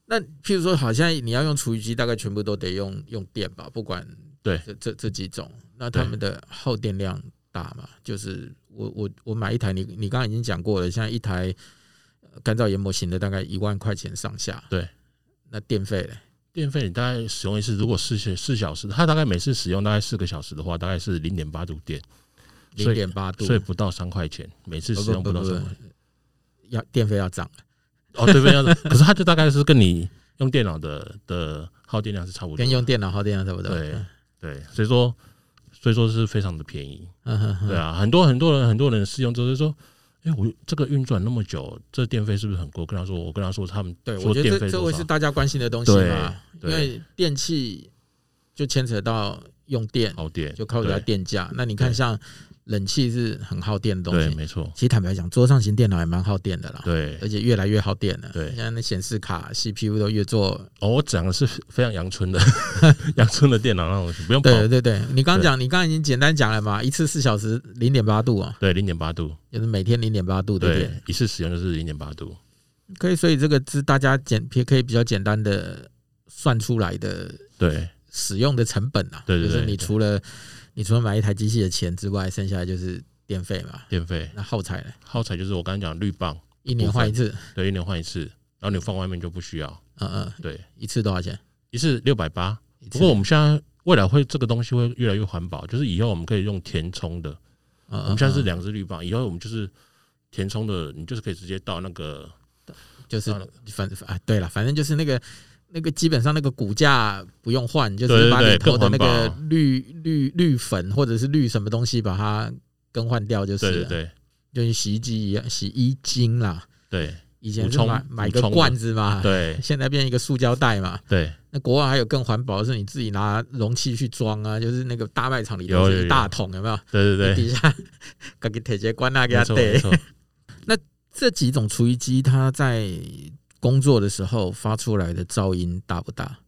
[SPEAKER 1] 那譬如说，好像你要用厨余机，大概全部都得用用电吧，不管
[SPEAKER 2] 对
[SPEAKER 1] 这这这几种，那他们的耗电量大嘛？就是我我我买一台，你你刚刚已经讲过了，现在一台呃干燥研磨型的大概一万块钱上下，
[SPEAKER 2] 对，
[SPEAKER 1] 那电费嘞，
[SPEAKER 2] 电费你大概使用一次，如果四小四小时，它大概每次使用大概四个小时的话，大概是零点八度电，
[SPEAKER 1] 零
[SPEAKER 2] 所以
[SPEAKER 1] 点八度哦
[SPEAKER 2] 所，以不到三块钱，每次使用
[SPEAKER 1] 不
[SPEAKER 2] 不
[SPEAKER 1] 不
[SPEAKER 2] 到
[SPEAKER 1] 不
[SPEAKER 2] 三
[SPEAKER 1] 不
[SPEAKER 2] 块。
[SPEAKER 1] 要电费要涨，
[SPEAKER 2] 哦，对 不对？可是它就大概是跟你用电脑的的耗电量是差不多
[SPEAKER 1] 跟，用电脑耗电量差不多。
[SPEAKER 2] 对
[SPEAKER 1] 嗯
[SPEAKER 2] 对，所以说所以说是非常的便宜，
[SPEAKER 1] 嗯哼哼
[SPEAKER 2] 对啊，很多很多人很多人试用之后就说。哎、我这个运转那么久，这电费是不是很贵？跟他说，我跟他说，他们
[SPEAKER 1] 对，
[SPEAKER 2] 说
[SPEAKER 1] 我觉
[SPEAKER 2] 电
[SPEAKER 1] 得
[SPEAKER 2] 费
[SPEAKER 1] 这这
[SPEAKER 2] 多
[SPEAKER 1] 会
[SPEAKER 2] 少
[SPEAKER 1] 是？大家关心的东西
[SPEAKER 2] 对
[SPEAKER 1] 嘛，因
[SPEAKER 2] 对
[SPEAKER 1] 为电器就牵扯到用电，
[SPEAKER 2] 耗电
[SPEAKER 1] 就靠着它
[SPEAKER 2] 对
[SPEAKER 1] 电价。那你看，
[SPEAKER 2] 对
[SPEAKER 1] 像冷气是很耗电的东
[SPEAKER 2] 对，
[SPEAKER 1] 西，
[SPEAKER 2] 没错，
[SPEAKER 1] 其实坦白讲，桌上型电脑也蛮耗电的啦，
[SPEAKER 2] 对，
[SPEAKER 1] 而且越来越耗电了。
[SPEAKER 2] 对
[SPEAKER 1] 现在那显示卡、CPU 都越做。
[SPEAKER 2] 哦，我讲的是非常阳春的， 阳春的电脑那种，不用跑。
[SPEAKER 1] 对对对，你刚刚讲，你刚刚已经简单讲了嘛，一次四小时零点八度啊，
[SPEAKER 2] 对，零点八度，
[SPEAKER 1] 就是每天零点八度的
[SPEAKER 2] 对
[SPEAKER 1] 电。，
[SPEAKER 2] 一次使用就是零点八度。
[SPEAKER 1] 可以，所以这个是大家简也可以比较简单的算出来的
[SPEAKER 2] 对
[SPEAKER 1] 使用的成本啊。
[SPEAKER 2] 对对对
[SPEAKER 1] 就是你
[SPEAKER 2] 对
[SPEAKER 1] 除了你除了买一台机器的钱之外，剩下的就是电费嘛。
[SPEAKER 2] 电费
[SPEAKER 1] 那耗材呢？
[SPEAKER 2] 耗材就是我刚才讲绿棒，
[SPEAKER 1] 一年换一次，
[SPEAKER 2] 对，一年换一次，然后你放外面就不需要，
[SPEAKER 1] 嗯嗯，
[SPEAKER 2] 对，
[SPEAKER 1] 一次多少钱？
[SPEAKER 2] 一次六百八。
[SPEAKER 1] 一
[SPEAKER 2] 不
[SPEAKER 1] 次
[SPEAKER 2] 过我们现在未来会这个东西会越来越环保，就是以后我们可以用填充的，
[SPEAKER 1] 嗯
[SPEAKER 2] 我们现在是两只绿棒，以后我们就是填充的，你就是可以直接到那个
[SPEAKER 1] 就是
[SPEAKER 2] 算了
[SPEAKER 1] 反反啊，对了，反正就是那个那个基本上那个骨架不用换，就
[SPEAKER 2] 对
[SPEAKER 1] 是
[SPEAKER 2] 对
[SPEAKER 1] 把
[SPEAKER 2] 对
[SPEAKER 1] 里头的那
[SPEAKER 2] 更环
[SPEAKER 1] 个
[SPEAKER 2] 保
[SPEAKER 1] 绿绿绿粉或者是绿什么东西把它更换掉就是
[SPEAKER 2] 对
[SPEAKER 1] 了，
[SPEAKER 2] 对对
[SPEAKER 1] 就跟洗衣机一样，洗衣精啦，
[SPEAKER 2] 对
[SPEAKER 1] 以前
[SPEAKER 2] 补
[SPEAKER 1] 是
[SPEAKER 2] 充
[SPEAKER 1] 买买
[SPEAKER 2] 补
[SPEAKER 1] 个
[SPEAKER 2] 充的
[SPEAKER 1] 罐子嘛，
[SPEAKER 2] 对
[SPEAKER 1] 现在变一个塑胶袋嘛。
[SPEAKER 2] 对，
[SPEAKER 1] 那国外还有更环保的是你自己拿容器去装啊，就是那个大卖场里头
[SPEAKER 2] 有
[SPEAKER 1] 是
[SPEAKER 2] 有
[SPEAKER 1] 一
[SPEAKER 2] 有
[SPEAKER 1] 大桶，有没有？
[SPEAKER 2] 对对对，
[SPEAKER 1] 底下给给铁结关那给
[SPEAKER 2] 没
[SPEAKER 1] 它
[SPEAKER 2] 错
[SPEAKER 1] 对
[SPEAKER 2] 没。错，
[SPEAKER 1] 这几种厨余机，它在工作的时候发出来的噪音大不大？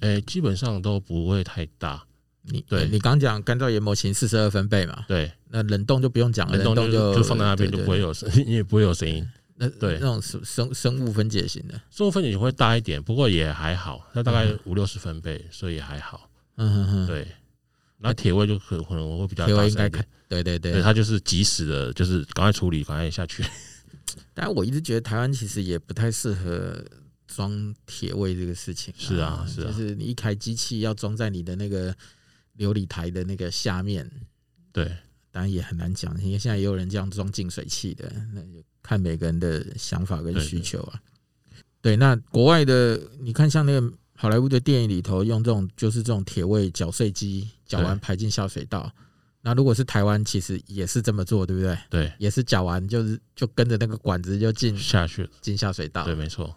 [SPEAKER 2] 哎，基本上都不会太大，
[SPEAKER 1] 你
[SPEAKER 2] 对
[SPEAKER 1] 你刚讲干燥研磨型四十二分贝嘛，
[SPEAKER 2] 对，
[SPEAKER 1] 那啊冷冻就不用讲了，
[SPEAKER 2] 冷冻
[SPEAKER 1] 冻
[SPEAKER 2] 就就放在那边就不会
[SPEAKER 1] 有。
[SPEAKER 2] 有声，你也不会有声音。
[SPEAKER 1] 那
[SPEAKER 2] 对
[SPEAKER 1] 那种生生生物分解型的，
[SPEAKER 2] 生物分解会大一点，不过也还好，它大概
[SPEAKER 1] 嗯
[SPEAKER 2] 五六十分贝，所以也还好。
[SPEAKER 1] 嗯哼哼，
[SPEAKER 2] 对，那铁味就可可能会比较
[SPEAKER 1] 铁
[SPEAKER 2] 大
[SPEAKER 1] 味应
[SPEAKER 2] 声
[SPEAKER 1] 该
[SPEAKER 2] 一
[SPEAKER 1] 看
[SPEAKER 2] 点，
[SPEAKER 1] 对对对
[SPEAKER 2] 对，它就是及时的，就是赶快处理，赶快下去。
[SPEAKER 1] 但我一直觉得台湾其实也不太适合装铁位这个事情、
[SPEAKER 2] 是啊是啊
[SPEAKER 1] 就是你一台机器要装在你的那个琉璃台的那个下面，
[SPEAKER 2] 对，
[SPEAKER 1] 当然也很难讲，因为现在也有人这样装净水器的，那就看每个人的想法跟
[SPEAKER 2] 对
[SPEAKER 1] 需求啊。对，那国外的你看，像那个好莱坞的电影里头用这种就是这种铁味搅碎机搅完
[SPEAKER 2] 对
[SPEAKER 1] 排进下水道。那如果是台湾，其实也是这么做，对不对？
[SPEAKER 2] 对，
[SPEAKER 1] 也是搅完就是就跟着那个管子就进
[SPEAKER 2] 下去了，
[SPEAKER 1] 进下水道。
[SPEAKER 2] 对，没错，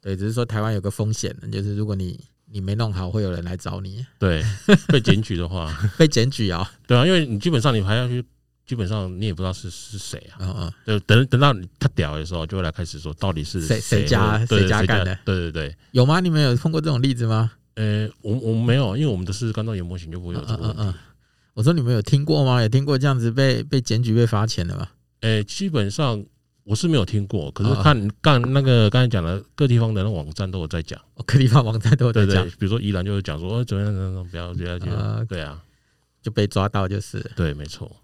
[SPEAKER 1] 对，只是说台湾有个风险，就是如果你你没弄好，会有人来找你
[SPEAKER 2] 对，被检举的话，
[SPEAKER 1] 被检举啊、
[SPEAKER 2] 对啊，因为你基本上你还要去，基本上你也不知道是是谁啊。
[SPEAKER 1] 嗯嗯，
[SPEAKER 2] 就等等到你他屌的时候，就会来开始说到底是
[SPEAKER 1] 谁谁家谁
[SPEAKER 2] 对谁
[SPEAKER 1] 家干的
[SPEAKER 2] 对对对，
[SPEAKER 1] 有吗？你们有碰过这种例子吗？
[SPEAKER 2] 呃，我我们没有，因为我们的是干燥研磨型，
[SPEAKER 1] 嗯
[SPEAKER 2] 就不会有这个问题。
[SPEAKER 1] 我说你们有听过吗？有听过这样子被被检举被罚钱的吗？
[SPEAKER 2] 诶、呃基本上我是没有听过，可是
[SPEAKER 1] 嗯啊
[SPEAKER 2] 看干那个刚才讲的各地方的那个网站都有在讲，
[SPEAKER 1] 哦，各地方网站都有在
[SPEAKER 2] 对
[SPEAKER 1] 讲
[SPEAKER 2] 对，，比如说宜兰就是讲说，哦，怎么样怎么样，怎么样不要不要不
[SPEAKER 1] 啊
[SPEAKER 2] 要，对啊，
[SPEAKER 1] 就被抓到就是了。
[SPEAKER 2] 对，没错，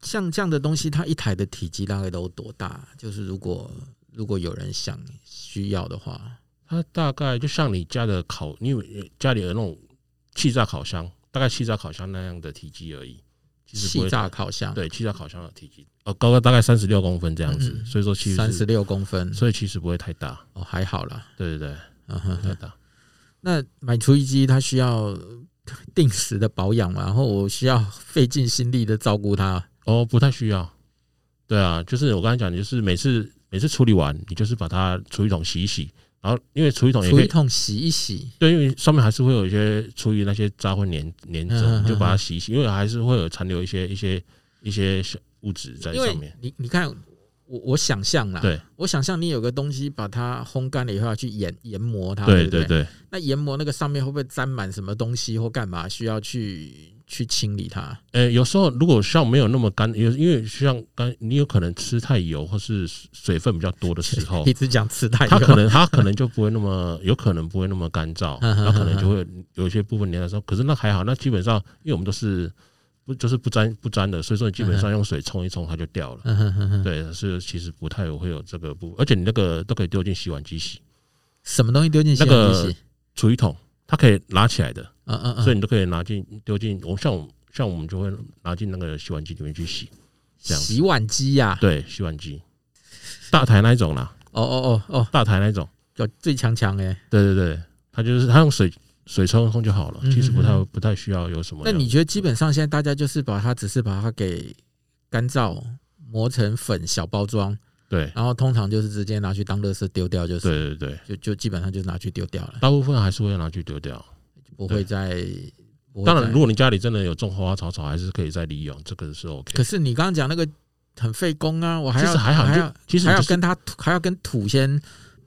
[SPEAKER 1] 像这样的东西，它一台的体积大概都多大？就是如果如果有人想需要的话，
[SPEAKER 2] 它大概就像你家的烤，你有家里有那种气炸烤箱，大概气炸烤箱那样的体积而已，其实不
[SPEAKER 1] 气
[SPEAKER 2] 会
[SPEAKER 1] 炸烤箱，，
[SPEAKER 2] 对气炸烤箱的体积，哦，高个大概三十六公分这样子，
[SPEAKER 1] 嗯
[SPEAKER 2] 所以说其实
[SPEAKER 1] 三十，六公分，
[SPEAKER 2] 所以其实不会太大，
[SPEAKER 1] 哦，还好啦。
[SPEAKER 2] 对对对，
[SPEAKER 1] 嗯哼
[SPEAKER 2] 不
[SPEAKER 1] 哼
[SPEAKER 2] 太大，
[SPEAKER 1] 那买厨艺机它需要定时的保养嘛，然后我需要费尽心力的照顾它。
[SPEAKER 2] 哦，不太需要。对啊，就是我刚才讲，的，就是每次每次处理完，你就是把它厨余桶洗一洗，然后因为厨余哦桶也
[SPEAKER 1] 厨
[SPEAKER 2] 可
[SPEAKER 1] 余
[SPEAKER 2] 以，
[SPEAKER 1] 桶洗一洗，
[SPEAKER 2] 对，因为上面还是会有一些厨余那些渣会粘粘
[SPEAKER 1] 嗯
[SPEAKER 2] 着，
[SPEAKER 1] 嗯
[SPEAKER 2] 你就把
[SPEAKER 1] 嗯
[SPEAKER 2] 它洗一洗，因为还是会有残留一些一些一些小物质在
[SPEAKER 1] 因
[SPEAKER 2] 上
[SPEAKER 1] 为
[SPEAKER 2] 面。
[SPEAKER 1] 你你看我我想象啦，
[SPEAKER 2] 对
[SPEAKER 1] 我想象你有个东西把它烘干了以后要去研研磨它，
[SPEAKER 2] 对
[SPEAKER 1] 不
[SPEAKER 2] 对对，
[SPEAKER 1] 那研磨那个上面会不会沾满什么东西或干嘛？需要去去清理它？
[SPEAKER 2] 呃，有时候如果像没有那么干，有因为像干，你有可能吃太油或是水分比较多的时候
[SPEAKER 1] 一，直讲吃太油，
[SPEAKER 2] 它可能它可能就不会那么有可能不会那么干 燥，
[SPEAKER 1] 嗯嗯
[SPEAKER 2] 那可能就会有一些部分粘在上。可是那还好，那基本上因为我们都是不就是不沾不沾的，所以说你基本上用水冲一冲它就掉了。
[SPEAKER 1] 嗯哼哼哼
[SPEAKER 2] 对，是其实不太会有这个部分，而且你那个都可以丢进洗碗机洗，
[SPEAKER 1] 什么东西丢进洗碗
[SPEAKER 2] 那个
[SPEAKER 1] 机洗？
[SPEAKER 2] 厨余桶它可以拿起来的，
[SPEAKER 1] 嗯嗯嗯，
[SPEAKER 2] 所以你都可以拿进丢进。我像我像我们就会拿进那个洗碗机里面去洗，这样子
[SPEAKER 1] 洗碗机呀、
[SPEAKER 2] 对，洗碗机大台那一种啦，
[SPEAKER 1] 哦哦哦哦，
[SPEAKER 2] 大台那一种。
[SPEAKER 1] 有最强强哎。
[SPEAKER 2] 对对对，它就是它用水水冲冲就好了，
[SPEAKER 1] 嗯
[SPEAKER 2] 其实不太
[SPEAKER 1] 嗯嗯
[SPEAKER 2] 不太需要有什么
[SPEAKER 1] 那
[SPEAKER 2] 样。
[SPEAKER 1] 你觉得基本上现在大家就是把它只是把它给干燥磨成粉小包装，
[SPEAKER 2] 对
[SPEAKER 1] 然后通常就是直接拿去当垃圾丢掉，就是
[SPEAKER 2] 对对
[SPEAKER 1] 就
[SPEAKER 2] 对，
[SPEAKER 1] 就基本上就是拿去丢掉了，
[SPEAKER 2] 大部分还是会拿去丢掉。
[SPEAKER 1] 就不会再。不会
[SPEAKER 2] 当然，
[SPEAKER 1] 再
[SPEAKER 2] 如果你家里真的有种花花草草，还是可以再利用，这个是 OK
[SPEAKER 1] 可。是你刚刚讲那个很费工啊，我还
[SPEAKER 2] 其
[SPEAKER 1] 要
[SPEAKER 2] 实还好，
[SPEAKER 1] 还
[SPEAKER 2] 你
[SPEAKER 1] 要
[SPEAKER 2] 就其实
[SPEAKER 1] 还
[SPEAKER 2] 你
[SPEAKER 1] 要
[SPEAKER 2] 就是
[SPEAKER 1] 跟它土还要跟土先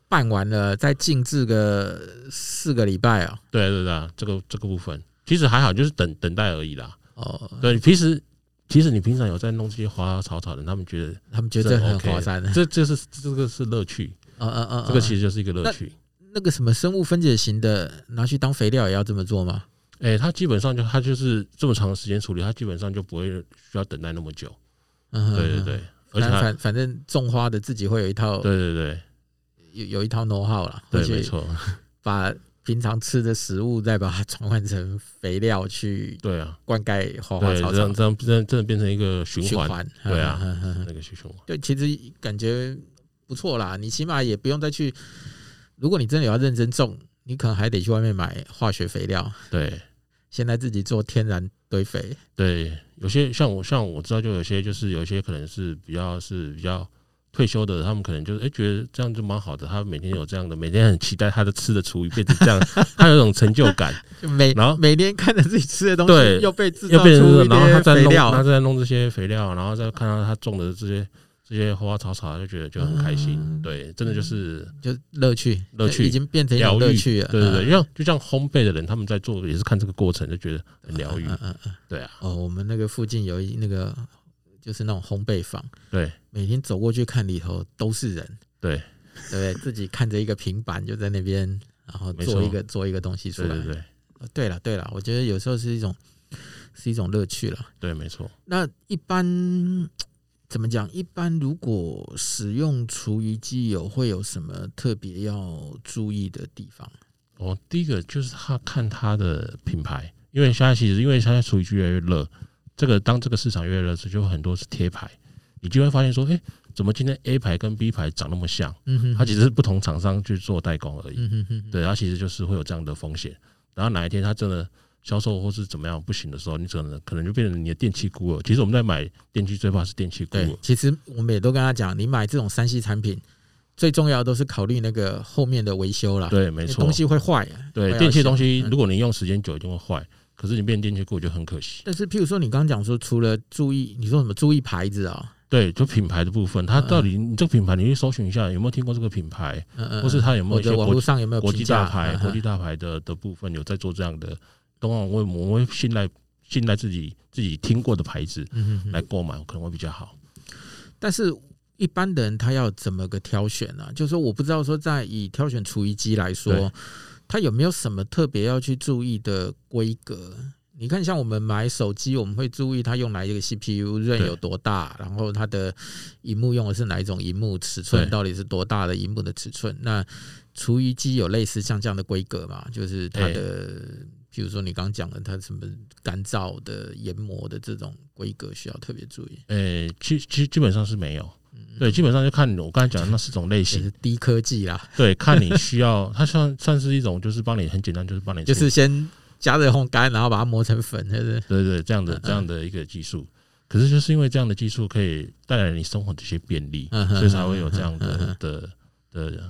[SPEAKER 1] 拌完了，再静置个四个礼拜哦。
[SPEAKER 2] 对对对啊，这个这个部分其实还好，就是等等待而已啦。
[SPEAKER 1] 哦，
[SPEAKER 2] 对，平时其实你平常有在弄这些花花草草的，他们觉得
[SPEAKER 1] 他们觉得
[SPEAKER 2] 这
[SPEAKER 1] 这很
[SPEAKER 2] OK
[SPEAKER 1] 划算 的。
[SPEAKER 2] 这这是这个是乐趣，
[SPEAKER 1] 呃呃呃，
[SPEAKER 2] 这个
[SPEAKER 1] 呃
[SPEAKER 2] 其实就是一个乐
[SPEAKER 1] 那
[SPEAKER 2] 趣。
[SPEAKER 1] 那个什么生物分解型的拿去当肥料也要这么做吗？
[SPEAKER 2] 哎，它基本上就它就是这么长的时间处理，它基本上就不会需要等待那么久。
[SPEAKER 1] 嗯哼，
[SPEAKER 2] 对对
[SPEAKER 1] 嗯哼
[SPEAKER 2] 对，而且
[SPEAKER 1] 反
[SPEAKER 2] 它
[SPEAKER 1] 反反正种花的自己会有一套
[SPEAKER 2] 对对对
[SPEAKER 1] 有有一套 know how 啦，会
[SPEAKER 2] 对，没
[SPEAKER 1] 去
[SPEAKER 2] 错，
[SPEAKER 1] 把平常吃的食物再把它转换成肥料去
[SPEAKER 2] 对啊，
[SPEAKER 1] 灌溉花花
[SPEAKER 2] 对，
[SPEAKER 1] 草
[SPEAKER 2] 这样
[SPEAKER 1] 草
[SPEAKER 2] 这样这样真的变成一个循
[SPEAKER 1] 循
[SPEAKER 2] 环，
[SPEAKER 1] 环，
[SPEAKER 2] 对啊
[SPEAKER 1] 嗯哼，嗯 哼
[SPEAKER 2] 那个循环。
[SPEAKER 1] 对，其实感觉不错啦，你起码也不用再去，如果你真的有要认真种，你可能还得去外面买化学肥料，
[SPEAKER 2] 对
[SPEAKER 1] 现在自己做天然堆肥，
[SPEAKER 2] 对，有些像我像我知道，就有些就是有些可能是比较是比较退休的，他们可能就是哎、诶觉得这样就蛮好的，他每天有这样的，每天很期待他的吃的厨余变成这 样，他有一种成就感，
[SPEAKER 1] 就每
[SPEAKER 2] 然后
[SPEAKER 1] 每天看着自己吃的东
[SPEAKER 2] 对
[SPEAKER 1] 西又被 制
[SPEAKER 2] 又
[SPEAKER 1] 造
[SPEAKER 2] 变成
[SPEAKER 1] 出
[SPEAKER 2] 这
[SPEAKER 1] 一
[SPEAKER 2] 个然后他
[SPEAKER 1] 些
[SPEAKER 2] 再
[SPEAKER 1] 肥
[SPEAKER 2] 弄，
[SPEAKER 1] 料
[SPEAKER 2] 他，再弄这些肥料，然后再看到他种的这些这些花花草草，就觉得就很开心。
[SPEAKER 1] 嗯
[SPEAKER 2] 对，真的就是
[SPEAKER 1] 就乐趣，
[SPEAKER 2] 乐趣
[SPEAKER 1] 已经变成一种
[SPEAKER 2] 疗愈
[SPEAKER 1] 乐趣了。
[SPEAKER 2] 对对对，
[SPEAKER 1] 嗯，
[SPEAKER 2] 像就像烘焙的人，他们在做也是看这个过程，就觉得很 疗愈
[SPEAKER 1] 嗯。嗯嗯。
[SPEAKER 2] 对啊，
[SPEAKER 1] 哦，我们那个附近有一那个就是那种烘焙坊，
[SPEAKER 2] 对，
[SPEAKER 1] 每天走过去看里头都是人，
[SPEAKER 2] 对
[SPEAKER 1] 对不对？自己看着一个平板就在那边，然后
[SPEAKER 2] 没
[SPEAKER 1] 做一
[SPEAKER 2] 错
[SPEAKER 1] 个做一个东西出
[SPEAKER 2] 对
[SPEAKER 1] 来。
[SPEAKER 2] 对对
[SPEAKER 1] 呃对了对了，我觉得有时候是一种是一种乐趣了。
[SPEAKER 2] 对，没错。
[SPEAKER 1] 那一般怎么讲？一般如果使用厨余机油，会有什么特别要注意的地方？
[SPEAKER 2] 哦，第一个就是他看他的品牌，因为现在其实因为现在厨余区越来越热，这个当这个市场越来越热，就会很多是贴牌，你就会发现说，哎、怎么今天 A 牌跟 B 牌长那么像？
[SPEAKER 1] 嗯哼
[SPEAKER 2] 它其实是不同厂商去做代工而已。
[SPEAKER 1] 嗯哼哼，
[SPEAKER 2] 对，它其实就是会有这样的风险。然后哪一天它真的销售或是怎么样不行的时候，你可能可能就变成你的电器孤儿。其实我们在买电器最怕是电器孤
[SPEAKER 1] 对
[SPEAKER 2] 儿，。
[SPEAKER 1] 其实我们也都跟他讲，你买这种三 C 产品，最重要的都是考虑那个后面的维修啦。，
[SPEAKER 2] 对，没错
[SPEAKER 1] 哎东，西会坏。啊会
[SPEAKER 2] 对
[SPEAKER 1] 要
[SPEAKER 2] 电器的东
[SPEAKER 1] 修
[SPEAKER 2] 西，
[SPEAKER 1] 嗯
[SPEAKER 2] 如果你用时间久一定会坏，可是你变电器孤儿就很可惜。
[SPEAKER 1] 但是，譬如说你刚刚讲说，除了注意，你说什么注意牌子啊、
[SPEAKER 2] 对，就品牌的部分，它
[SPEAKER 1] 嗯
[SPEAKER 2] 到底你这个品牌，你去搜寻一下有没有听过这个品牌，
[SPEAKER 1] 嗯嗯，
[SPEAKER 2] 或是它有没有
[SPEAKER 1] 或
[SPEAKER 2] 一些
[SPEAKER 1] 者网
[SPEAKER 2] 国
[SPEAKER 1] 络
[SPEAKER 2] 际
[SPEAKER 1] 上有没有
[SPEAKER 2] 国
[SPEAKER 1] 评
[SPEAKER 2] 际
[SPEAKER 1] 价
[SPEAKER 2] 大牌、
[SPEAKER 1] 嗯嗯
[SPEAKER 2] 国际大牌的的部分有在做这样的。当然，我我会信赖信赖自己自己听过的牌子
[SPEAKER 1] 嗯哼哼
[SPEAKER 2] 来购买，可能会比较好。
[SPEAKER 1] 但是一般的人他要怎么个挑选呢、就是说，我不知道说在以挑选厨余机来说
[SPEAKER 2] 对，
[SPEAKER 1] 他有没有什么特别要去注意的规格？你看，像我们买手机，我们会注意它用哪一个 CPU，润
[SPEAKER 2] 对
[SPEAKER 1] 有多大，然后它的荧幕用的是哪一种荧幕，尺寸
[SPEAKER 2] 对
[SPEAKER 1] 到底是多大的荧幕的尺寸？那厨余机有类似像这样的规格嘛？就是它的，比如说你刚讲的，它什么干燥的、研磨的这种规格需要特别注意。
[SPEAKER 2] 诶、其其实基本上是没有，
[SPEAKER 1] 嗯
[SPEAKER 2] 对，基本上就看你我刚才讲的那四种类
[SPEAKER 1] 就
[SPEAKER 2] 型
[SPEAKER 1] 是，低科技啦，
[SPEAKER 2] 对，看你需要， 它算算是一种就是帮你很简单，就是帮你
[SPEAKER 1] 就
[SPEAKER 2] 处
[SPEAKER 1] 是先加热烘干，然后把它磨成粉，就是
[SPEAKER 2] 对对，这样
[SPEAKER 1] 嗯
[SPEAKER 2] 的
[SPEAKER 1] 嗯
[SPEAKER 2] 这样的一个技术。可是就是因为这样的技术可以带来你生活的一些便利，
[SPEAKER 1] 嗯哼
[SPEAKER 2] 所以才会有这样
[SPEAKER 1] 嗯
[SPEAKER 2] 的
[SPEAKER 1] 哼
[SPEAKER 2] 的的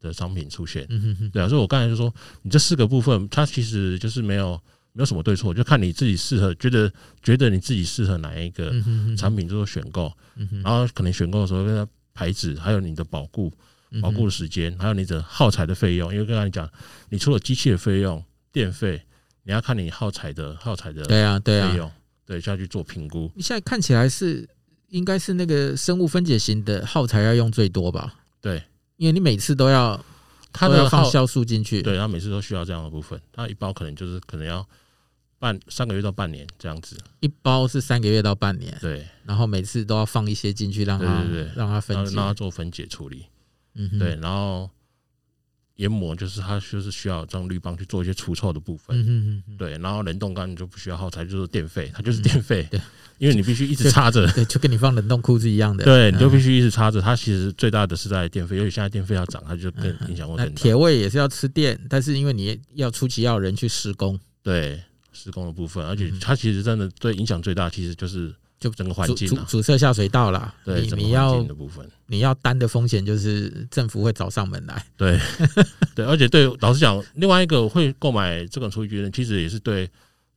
[SPEAKER 2] 的商品出现。
[SPEAKER 1] 嗯哼哼，
[SPEAKER 2] 对啊，所以我刚才就说，你这四个部分，它其实就是没有没有什么对错，就看你自己适合，觉得觉得你自己适合哪一个
[SPEAKER 1] 嗯哼哼
[SPEAKER 2] 产品做选购，
[SPEAKER 1] 嗯哼
[SPEAKER 2] 然后可能选购的时候跟它牌子，还有你的保固，
[SPEAKER 1] 嗯哼
[SPEAKER 2] 保固的时间，还有你的耗材的费用。因为刚才你讲，你除了机器的费用、电费，你要看你耗材的耗材的
[SPEAKER 1] 对啊对
[SPEAKER 2] 费
[SPEAKER 1] 啊，
[SPEAKER 2] 用，对，下去做评估。
[SPEAKER 1] 你现在看起来是应该是那个生物分解型的耗材要用最多吧？
[SPEAKER 2] 对，
[SPEAKER 1] 因为你每次都要
[SPEAKER 2] 它
[SPEAKER 1] 都
[SPEAKER 2] 的
[SPEAKER 1] 要放
[SPEAKER 2] 呃耗，
[SPEAKER 1] 酵素进去，
[SPEAKER 2] 对，它每次都需要这样的部分，它一包可能就是可能要半三个月到半年这样子。
[SPEAKER 1] 一包是三个月到半年，
[SPEAKER 2] 对，
[SPEAKER 1] 然后每次都要放一些进去让它
[SPEAKER 2] 对对对
[SPEAKER 1] 让它分
[SPEAKER 2] 然后
[SPEAKER 1] 解
[SPEAKER 2] 让，它做分解处理。
[SPEAKER 1] 嗯哼
[SPEAKER 2] 对，，然后研磨就是它就是需要让绿棒去做一些除臭的部分。
[SPEAKER 1] 嗯哼哼哼，
[SPEAKER 2] 对，然后冷冻缸你就不需要耗材，就是电费，它就是
[SPEAKER 1] 嗯
[SPEAKER 2] 电费
[SPEAKER 1] 对，
[SPEAKER 2] 因为你必须一直插着。
[SPEAKER 1] 对，就跟你放冷冻库是一样的，
[SPEAKER 2] 对，你就
[SPEAKER 1] 嗯
[SPEAKER 2] 必须一直插着。它其实最大的是在电费，尤其现在电费要涨，它就更影响会
[SPEAKER 1] 嗯那
[SPEAKER 2] 更大
[SPEAKER 1] 铁。胃也是要吃电，但是因为你要出奇要有人去施工，
[SPEAKER 2] 对，施工的部分，而且
[SPEAKER 1] 嗯
[SPEAKER 2] 它其实真的最影响最大，其实就是
[SPEAKER 1] 就
[SPEAKER 2] 整个环
[SPEAKER 1] 阻
[SPEAKER 2] 境
[SPEAKER 1] 阻
[SPEAKER 2] 啊，
[SPEAKER 1] 阻塞下水道啦。
[SPEAKER 2] 对，
[SPEAKER 1] 你
[SPEAKER 2] 整
[SPEAKER 1] 你
[SPEAKER 2] 个环
[SPEAKER 1] 要
[SPEAKER 2] 境的部分。
[SPEAKER 1] 你要担的风险就是政府会找上门来。
[SPEAKER 2] 对，而且对，老实讲，另外一个会购买这种厨余机的人，其实也是对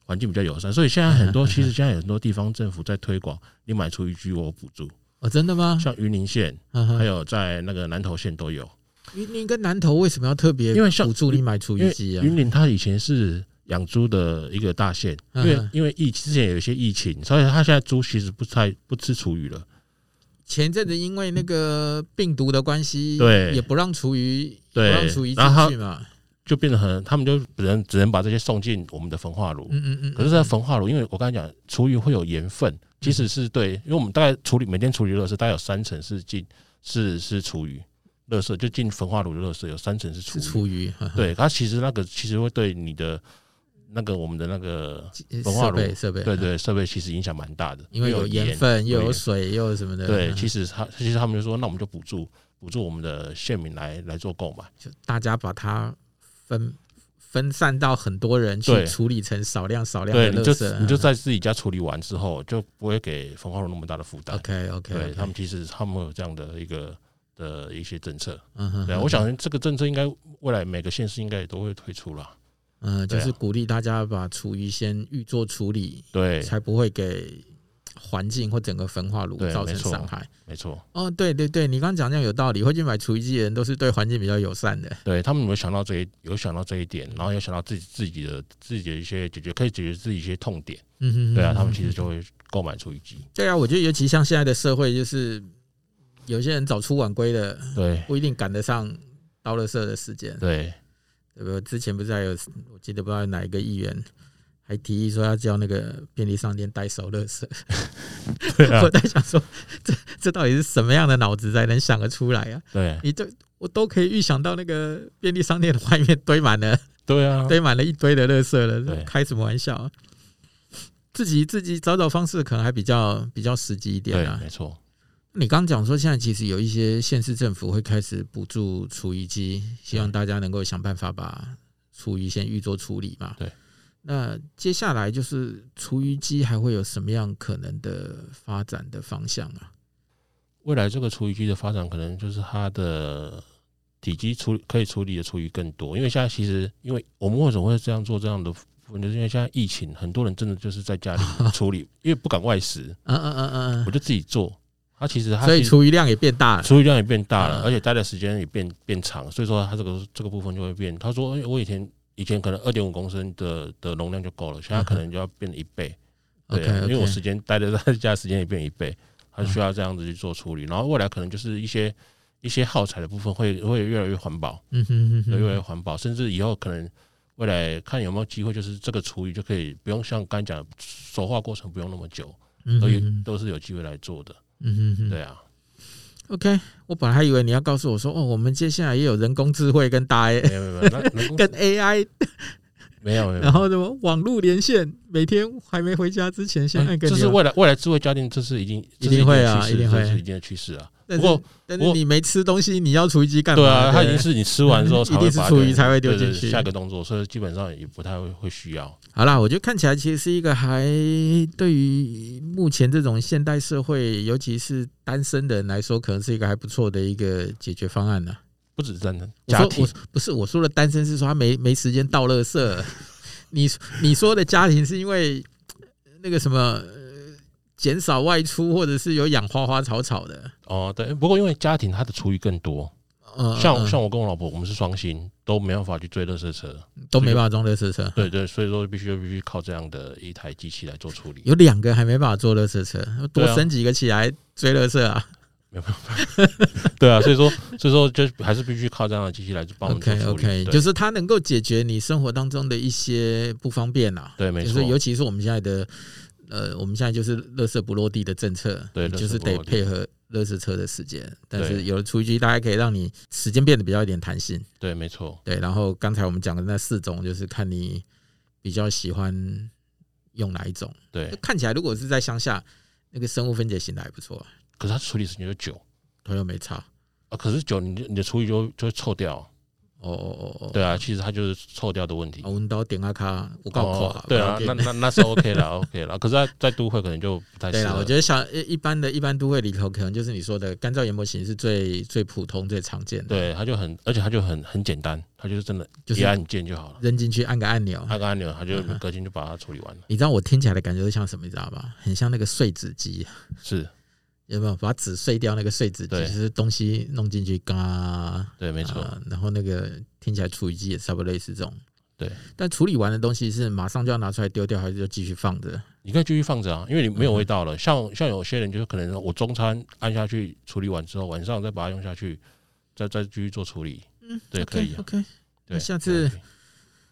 [SPEAKER 2] 环境比较友善。所以现在很多，其实现在有很多地方政府在推广，你买厨余机我有补助，
[SPEAKER 1] 哦，真的吗？嗯
[SPEAKER 2] 像云林县还
[SPEAKER 1] 还
[SPEAKER 2] 有在那个南投县都有。
[SPEAKER 1] 云林跟南投为什么要特别
[SPEAKER 2] 因为像
[SPEAKER 1] 补助你买厨
[SPEAKER 2] 因
[SPEAKER 1] 余
[SPEAKER 2] 为
[SPEAKER 1] 机啊？
[SPEAKER 2] 云林它以前是养猪的一个大县，因
[SPEAKER 1] 嗯
[SPEAKER 2] 为因为疫之前有一些疫情，所以它现在猪其实不太不吃厨余了。
[SPEAKER 1] 前阵子因为那个病毒的关系，
[SPEAKER 2] 对
[SPEAKER 1] 也不让厨余，不
[SPEAKER 2] 对
[SPEAKER 1] 让厨余进
[SPEAKER 2] 然后
[SPEAKER 1] 去嘛，
[SPEAKER 2] 就变得很，他们就只能只能把这些送进我们的焚化炉。
[SPEAKER 1] 嗯嗯嗯，嗯
[SPEAKER 2] 可是，在焚化炉，因为我刚才讲，厨余会有盐分，其实是对，因为我们大概处理每天处理垃圾，大概有三成是进是是厨余垃圾，就进焚化炉的垃圾有三成是厨
[SPEAKER 1] 是
[SPEAKER 2] 余。
[SPEAKER 1] 厨余，呵呵
[SPEAKER 2] 对，它其实那个其实会对你的那个我们的那个焚化
[SPEAKER 1] 设
[SPEAKER 2] 炉
[SPEAKER 1] 备设备，
[SPEAKER 2] 对
[SPEAKER 1] 嗯，
[SPEAKER 2] 对设备其实影响蛮大的，
[SPEAKER 1] 因为有盐。分，又有水，又有什么的，
[SPEAKER 2] 对，
[SPEAKER 1] 嗯
[SPEAKER 2] 其实他其实他们就说，那我们就补助补助我们的县民来来做购买。
[SPEAKER 1] 就大家把它分分散到很多人去
[SPEAKER 2] 对
[SPEAKER 1] 处理成少量少量
[SPEAKER 2] 对，
[SPEAKER 1] 的
[SPEAKER 2] 你
[SPEAKER 1] 垃
[SPEAKER 2] 就
[SPEAKER 1] 圾，嗯
[SPEAKER 2] 你就在自己家处理完之后，就不会给焚化炉那么大的负担。
[SPEAKER 1] OK OK，
[SPEAKER 2] 对他们其实他们有这样的一个的一些政策。
[SPEAKER 1] 嗯哼，
[SPEAKER 2] 对啊，
[SPEAKER 1] 嗯
[SPEAKER 2] 我想这个政策应该未来每个县市应该也都会推出啦。
[SPEAKER 1] 嗯，就
[SPEAKER 2] 对啊
[SPEAKER 1] 是鼓励大家把厨余先预做处理，
[SPEAKER 2] 对，
[SPEAKER 1] 才不会给环境或整个焚化炉
[SPEAKER 2] 对
[SPEAKER 1] 造成
[SPEAKER 2] 没错
[SPEAKER 1] 伤害。
[SPEAKER 2] 没错，
[SPEAKER 1] 哦，对对对，你刚刚讲这样有道理，会去买厨余机的人都是对环境比较友善的。
[SPEAKER 2] 对他们有没有想到这一有想到这一点，然后有想到自己自己的自己的一些解决可以解决自己一些痛点。
[SPEAKER 1] 嗯哼
[SPEAKER 2] 对啊，他们
[SPEAKER 1] 嗯
[SPEAKER 2] 其实就会购买厨余机。
[SPEAKER 1] 对啊，我觉得尤其像现在的社会，就是有些人早出晚归的，
[SPEAKER 2] 对
[SPEAKER 1] 不一定赶得上倒垃圾的时间。
[SPEAKER 2] 对
[SPEAKER 1] 对不对？之前不是还有，我记得不知道哪一个议员还提议说要叫那个便利商店代收垃圾。
[SPEAKER 2] 对啊
[SPEAKER 1] 我在想说，这这到底是什么样的脑子才能想得出来啊？
[SPEAKER 2] 对
[SPEAKER 1] 你这我都可以预想到那个便利商店的外面堆满了、
[SPEAKER 2] 对啊，
[SPEAKER 1] 堆满了一堆的垃圾了，
[SPEAKER 2] 对
[SPEAKER 1] 开什么玩笑、啊？自己自己找找方式，可能还比较比较实际一点
[SPEAKER 2] 对
[SPEAKER 1] 啊。
[SPEAKER 2] 没错，
[SPEAKER 1] 你刚讲说，现在其实有一些县市政府会开始补助厨余机，希望大家能够想办法把厨余先预做处理嘛。
[SPEAKER 2] 对。
[SPEAKER 1] 那接下来就是厨余机还会有什么样可能的发展的方向啊？
[SPEAKER 2] 未来这个厨余机的发展，可能就是它的体积处可以处理的厨余更多。因为现在其实，因为我们为什么会这样做这样的部分，就是因为现在疫情，很多人真的就是在家里处理，因为不敢外食，
[SPEAKER 1] 嗯嗯嗯嗯
[SPEAKER 2] 我就自己做。它其实
[SPEAKER 1] 嗯，
[SPEAKER 2] 它
[SPEAKER 1] 所以
[SPEAKER 2] 其实
[SPEAKER 1] 厨余量也变大了。
[SPEAKER 2] 厨余量也变大了，
[SPEAKER 1] 嗯
[SPEAKER 2] 而且待的时间也变变长，所以说它这个这个部分就会变。他说，哎我以前以前可能二点五公升的的容量就够了，现在可能就要变一倍。对
[SPEAKER 1] OK
[SPEAKER 2] 啊，因为我
[SPEAKER 1] OK
[SPEAKER 2] 时。间待的在家时间也变一 倍，它需要这样子去做处理。然后未来可能就是一些一些耗材的部分会会越来越环保，
[SPEAKER 1] 嗯哼哼
[SPEAKER 2] 对，越来越
[SPEAKER 1] 哼，
[SPEAKER 2] 环保，甚至以后可能未来看有没有机会，就是这个厨余就可以不用像刚才讲的熟化过程不用那么久，
[SPEAKER 1] 嗯
[SPEAKER 2] 都有
[SPEAKER 1] 哼
[SPEAKER 2] 都是有机会来做的。
[SPEAKER 1] 嗯哼，
[SPEAKER 2] 对啊，
[SPEAKER 1] OK，我本来还以为你要告诉我说，哦，我们接下来也有人工智慧跟大 A
[SPEAKER 2] 没有没有没有 那人工
[SPEAKER 1] 跟 AI
[SPEAKER 2] 没有没有，
[SPEAKER 1] 然后什么网络连线，每天还没回家之前先按
[SPEAKER 2] 嗯
[SPEAKER 1] 个
[SPEAKER 2] 这是
[SPEAKER 1] 钮。
[SPEAKER 2] 未来未来智慧家电，这是已经这是
[SPEAKER 1] 一定会啊
[SPEAKER 2] 的趋势
[SPEAKER 1] 一定会
[SPEAKER 2] 这是一定的趋势啊。
[SPEAKER 1] 但
[SPEAKER 2] 不
[SPEAKER 1] 是
[SPEAKER 2] 过
[SPEAKER 1] 但
[SPEAKER 2] 不
[SPEAKER 1] 是
[SPEAKER 2] 过
[SPEAKER 1] 你没吃东西，你要厨余机干嘛？
[SPEAKER 2] 对啊，它已
[SPEAKER 1] 不
[SPEAKER 2] 经是你吃完之后 才
[SPEAKER 1] 一定
[SPEAKER 2] 会
[SPEAKER 1] 是
[SPEAKER 2] 把它
[SPEAKER 1] 厨余
[SPEAKER 2] 丢
[SPEAKER 1] 才会丢
[SPEAKER 2] 对对
[SPEAKER 1] 进去
[SPEAKER 2] 下一个动作，所以基本上也不太会会需要。
[SPEAKER 1] 好啦，我觉得看起来其实是一个还对于目前这种现代社会，尤其是单身的人来说，可能是一个还不错的一个解决方案呢、啊
[SPEAKER 2] 不止战争，
[SPEAKER 1] 我
[SPEAKER 2] 家
[SPEAKER 1] 说
[SPEAKER 2] 庭
[SPEAKER 1] 我不是我说的单身是说他没没时间倒垃圾，你你说的家庭是因为呃那个什么呃减少外出，或者是有养花花草草的，
[SPEAKER 2] 哦，对。不过因为家庭它的厨余更多，
[SPEAKER 1] 呃，
[SPEAKER 2] 像
[SPEAKER 1] 呃
[SPEAKER 2] 像我跟我老婆，我们是双薪，都没办法去追热 圾车。
[SPEAKER 1] 都没办法装垃圾车，
[SPEAKER 2] 对对，所以说必须必须靠这样的一台机器来做处理。
[SPEAKER 1] 有两个还没办法做垃圾车，多
[SPEAKER 2] 对啊
[SPEAKER 1] 升几个起来追垃圾啊。
[SPEAKER 2] 对啊，所以说所以说就还是必须靠这样的机器来帮我们做
[SPEAKER 1] OK
[SPEAKER 2] 处理。
[SPEAKER 1] OK，
[SPEAKER 2] 对
[SPEAKER 1] 就是它能够解决你生活当中的一些不方便啊，
[SPEAKER 2] 对，没
[SPEAKER 1] 就
[SPEAKER 2] 错
[SPEAKER 1] 是。尤其是我们现在的，呃，我们现在就是垃圾不落地的政策，
[SPEAKER 2] 对
[SPEAKER 1] 你
[SPEAKER 2] 垃圾
[SPEAKER 1] 就是
[SPEAKER 2] 不落
[SPEAKER 1] 得
[SPEAKER 2] 地
[SPEAKER 1] 配合垃圾车的时间。但是
[SPEAKER 2] 对
[SPEAKER 1] 有了厨余机，大概可以让你时间变得比较有点弹性。
[SPEAKER 2] 对，没错。
[SPEAKER 1] 对，然后刚才我们讲的那四种，就是看你比较喜欢用哪一种。
[SPEAKER 2] 对，
[SPEAKER 1] 看起来如果是在乡下，那个生物分解型的还不错啊，
[SPEAKER 2] 可是它处理时间就久
[SPEAKER 1] 它又没差。
[SPEAKER 2] 啊，可是久你就你的厨余就就会臭掉。
[SPEAKER 1] 哦哦哦哦，
[SPEAKER 2] 对啊，其实它就是臭掉的问题
[SPEAKER 1] 啊，。温到点啊卡，我告诉
[SPEAKER 2] 哦对啊，那那那是 OK 了，OK 了。可是在在都会可能就不太
[SPEAKER 1] 对
[SPEAKER 2] 适
[SPEAKER 1] 啦，
[SPEAKER 2] 合。
[SPEAKER 1] 我觉得小一一般的一般都会里头，可能就是你说的干燥研磨型是最最普通、最常见的，
[SPEAKER 2] 对，它就很，而且它就很很简单，它就是真的
[SPEAKER 1] 就
[SPEAKER 2] 一
[SPEAKER 1] 是
[SPEAKER 2] 按啊键就好了，
[SPEAKER 1] 扔进去按个按钮。
[SPEAKER 2] 按个按钮，它就
[SPEAKER 1] 嗯哼
[SPEAKER 2] 隔天就把它处理完了。
[SPEAKER 1] 你知道我听起来的感觉是像什么？你知道吧？很像那个碎纸机，
[SPEAKER 2] 是
[SPEAKER 1] 有没有？把纸碎掉那个碎纸机，
[SPEAKER 2] 对
[SPEAKER 1] 就是东西弄进去，嘎，呃
[SPEAKER 2] 对，没错，
[SPEAKER 1] 啊然后那个听起来厨余机也差不多类似这种
[SPEAKER 2] 对，
[SPEAKER 1] 但处理完的东西是马上就要拿出来丢掉，还是就继续放着？
[SPEAKER 2] 你可以继续放着啊，因为你没有味道了。像像有些人就是可能我中餐按下去处理完之后，晚上再把它用下去，再再继续做处理。
[SPEAKER 1] 嗯，
[SPEAKER 2] 对可以啊
[SPEAKER 1] OK，
[SPEAKER 2] 对，
[SPEAKER 1] 下次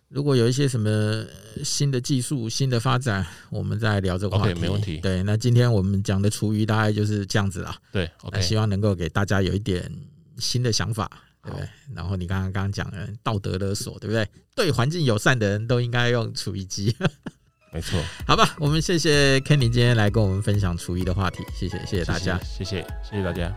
[SPEAKER 1] 如果有一些什么呃新的技术、新的发展，我们再聊这个话题。
[SPEAKER 2] OK，没问题
[SPEAKER 1] 对，那今天我们讲的厨余大概就是这样子啦。
[SPEAKER 2] 对
[SPEAKER 1] 那
[SPEAKER 2] OK
[SPEAKER 1] 希望能够给大家有一点新的想法，对不对
[SPEAKER 2] 好？
[SPEAKER 1] 然后你刚刚刚刚讲的道德勒索，对不对？对环境友善的人都应该用厨余机，
[SPEAKER 2] 没错，
[SPEAKER 1] 好吧？我们谢谢 Kenny 今天来跟我们分享厨余的话题，谢谢谢谢
[SPEAKER 2] 谢
[SPEAKER 1] 大家。，
[SPEAKER 2] 谢谢谢谢大家，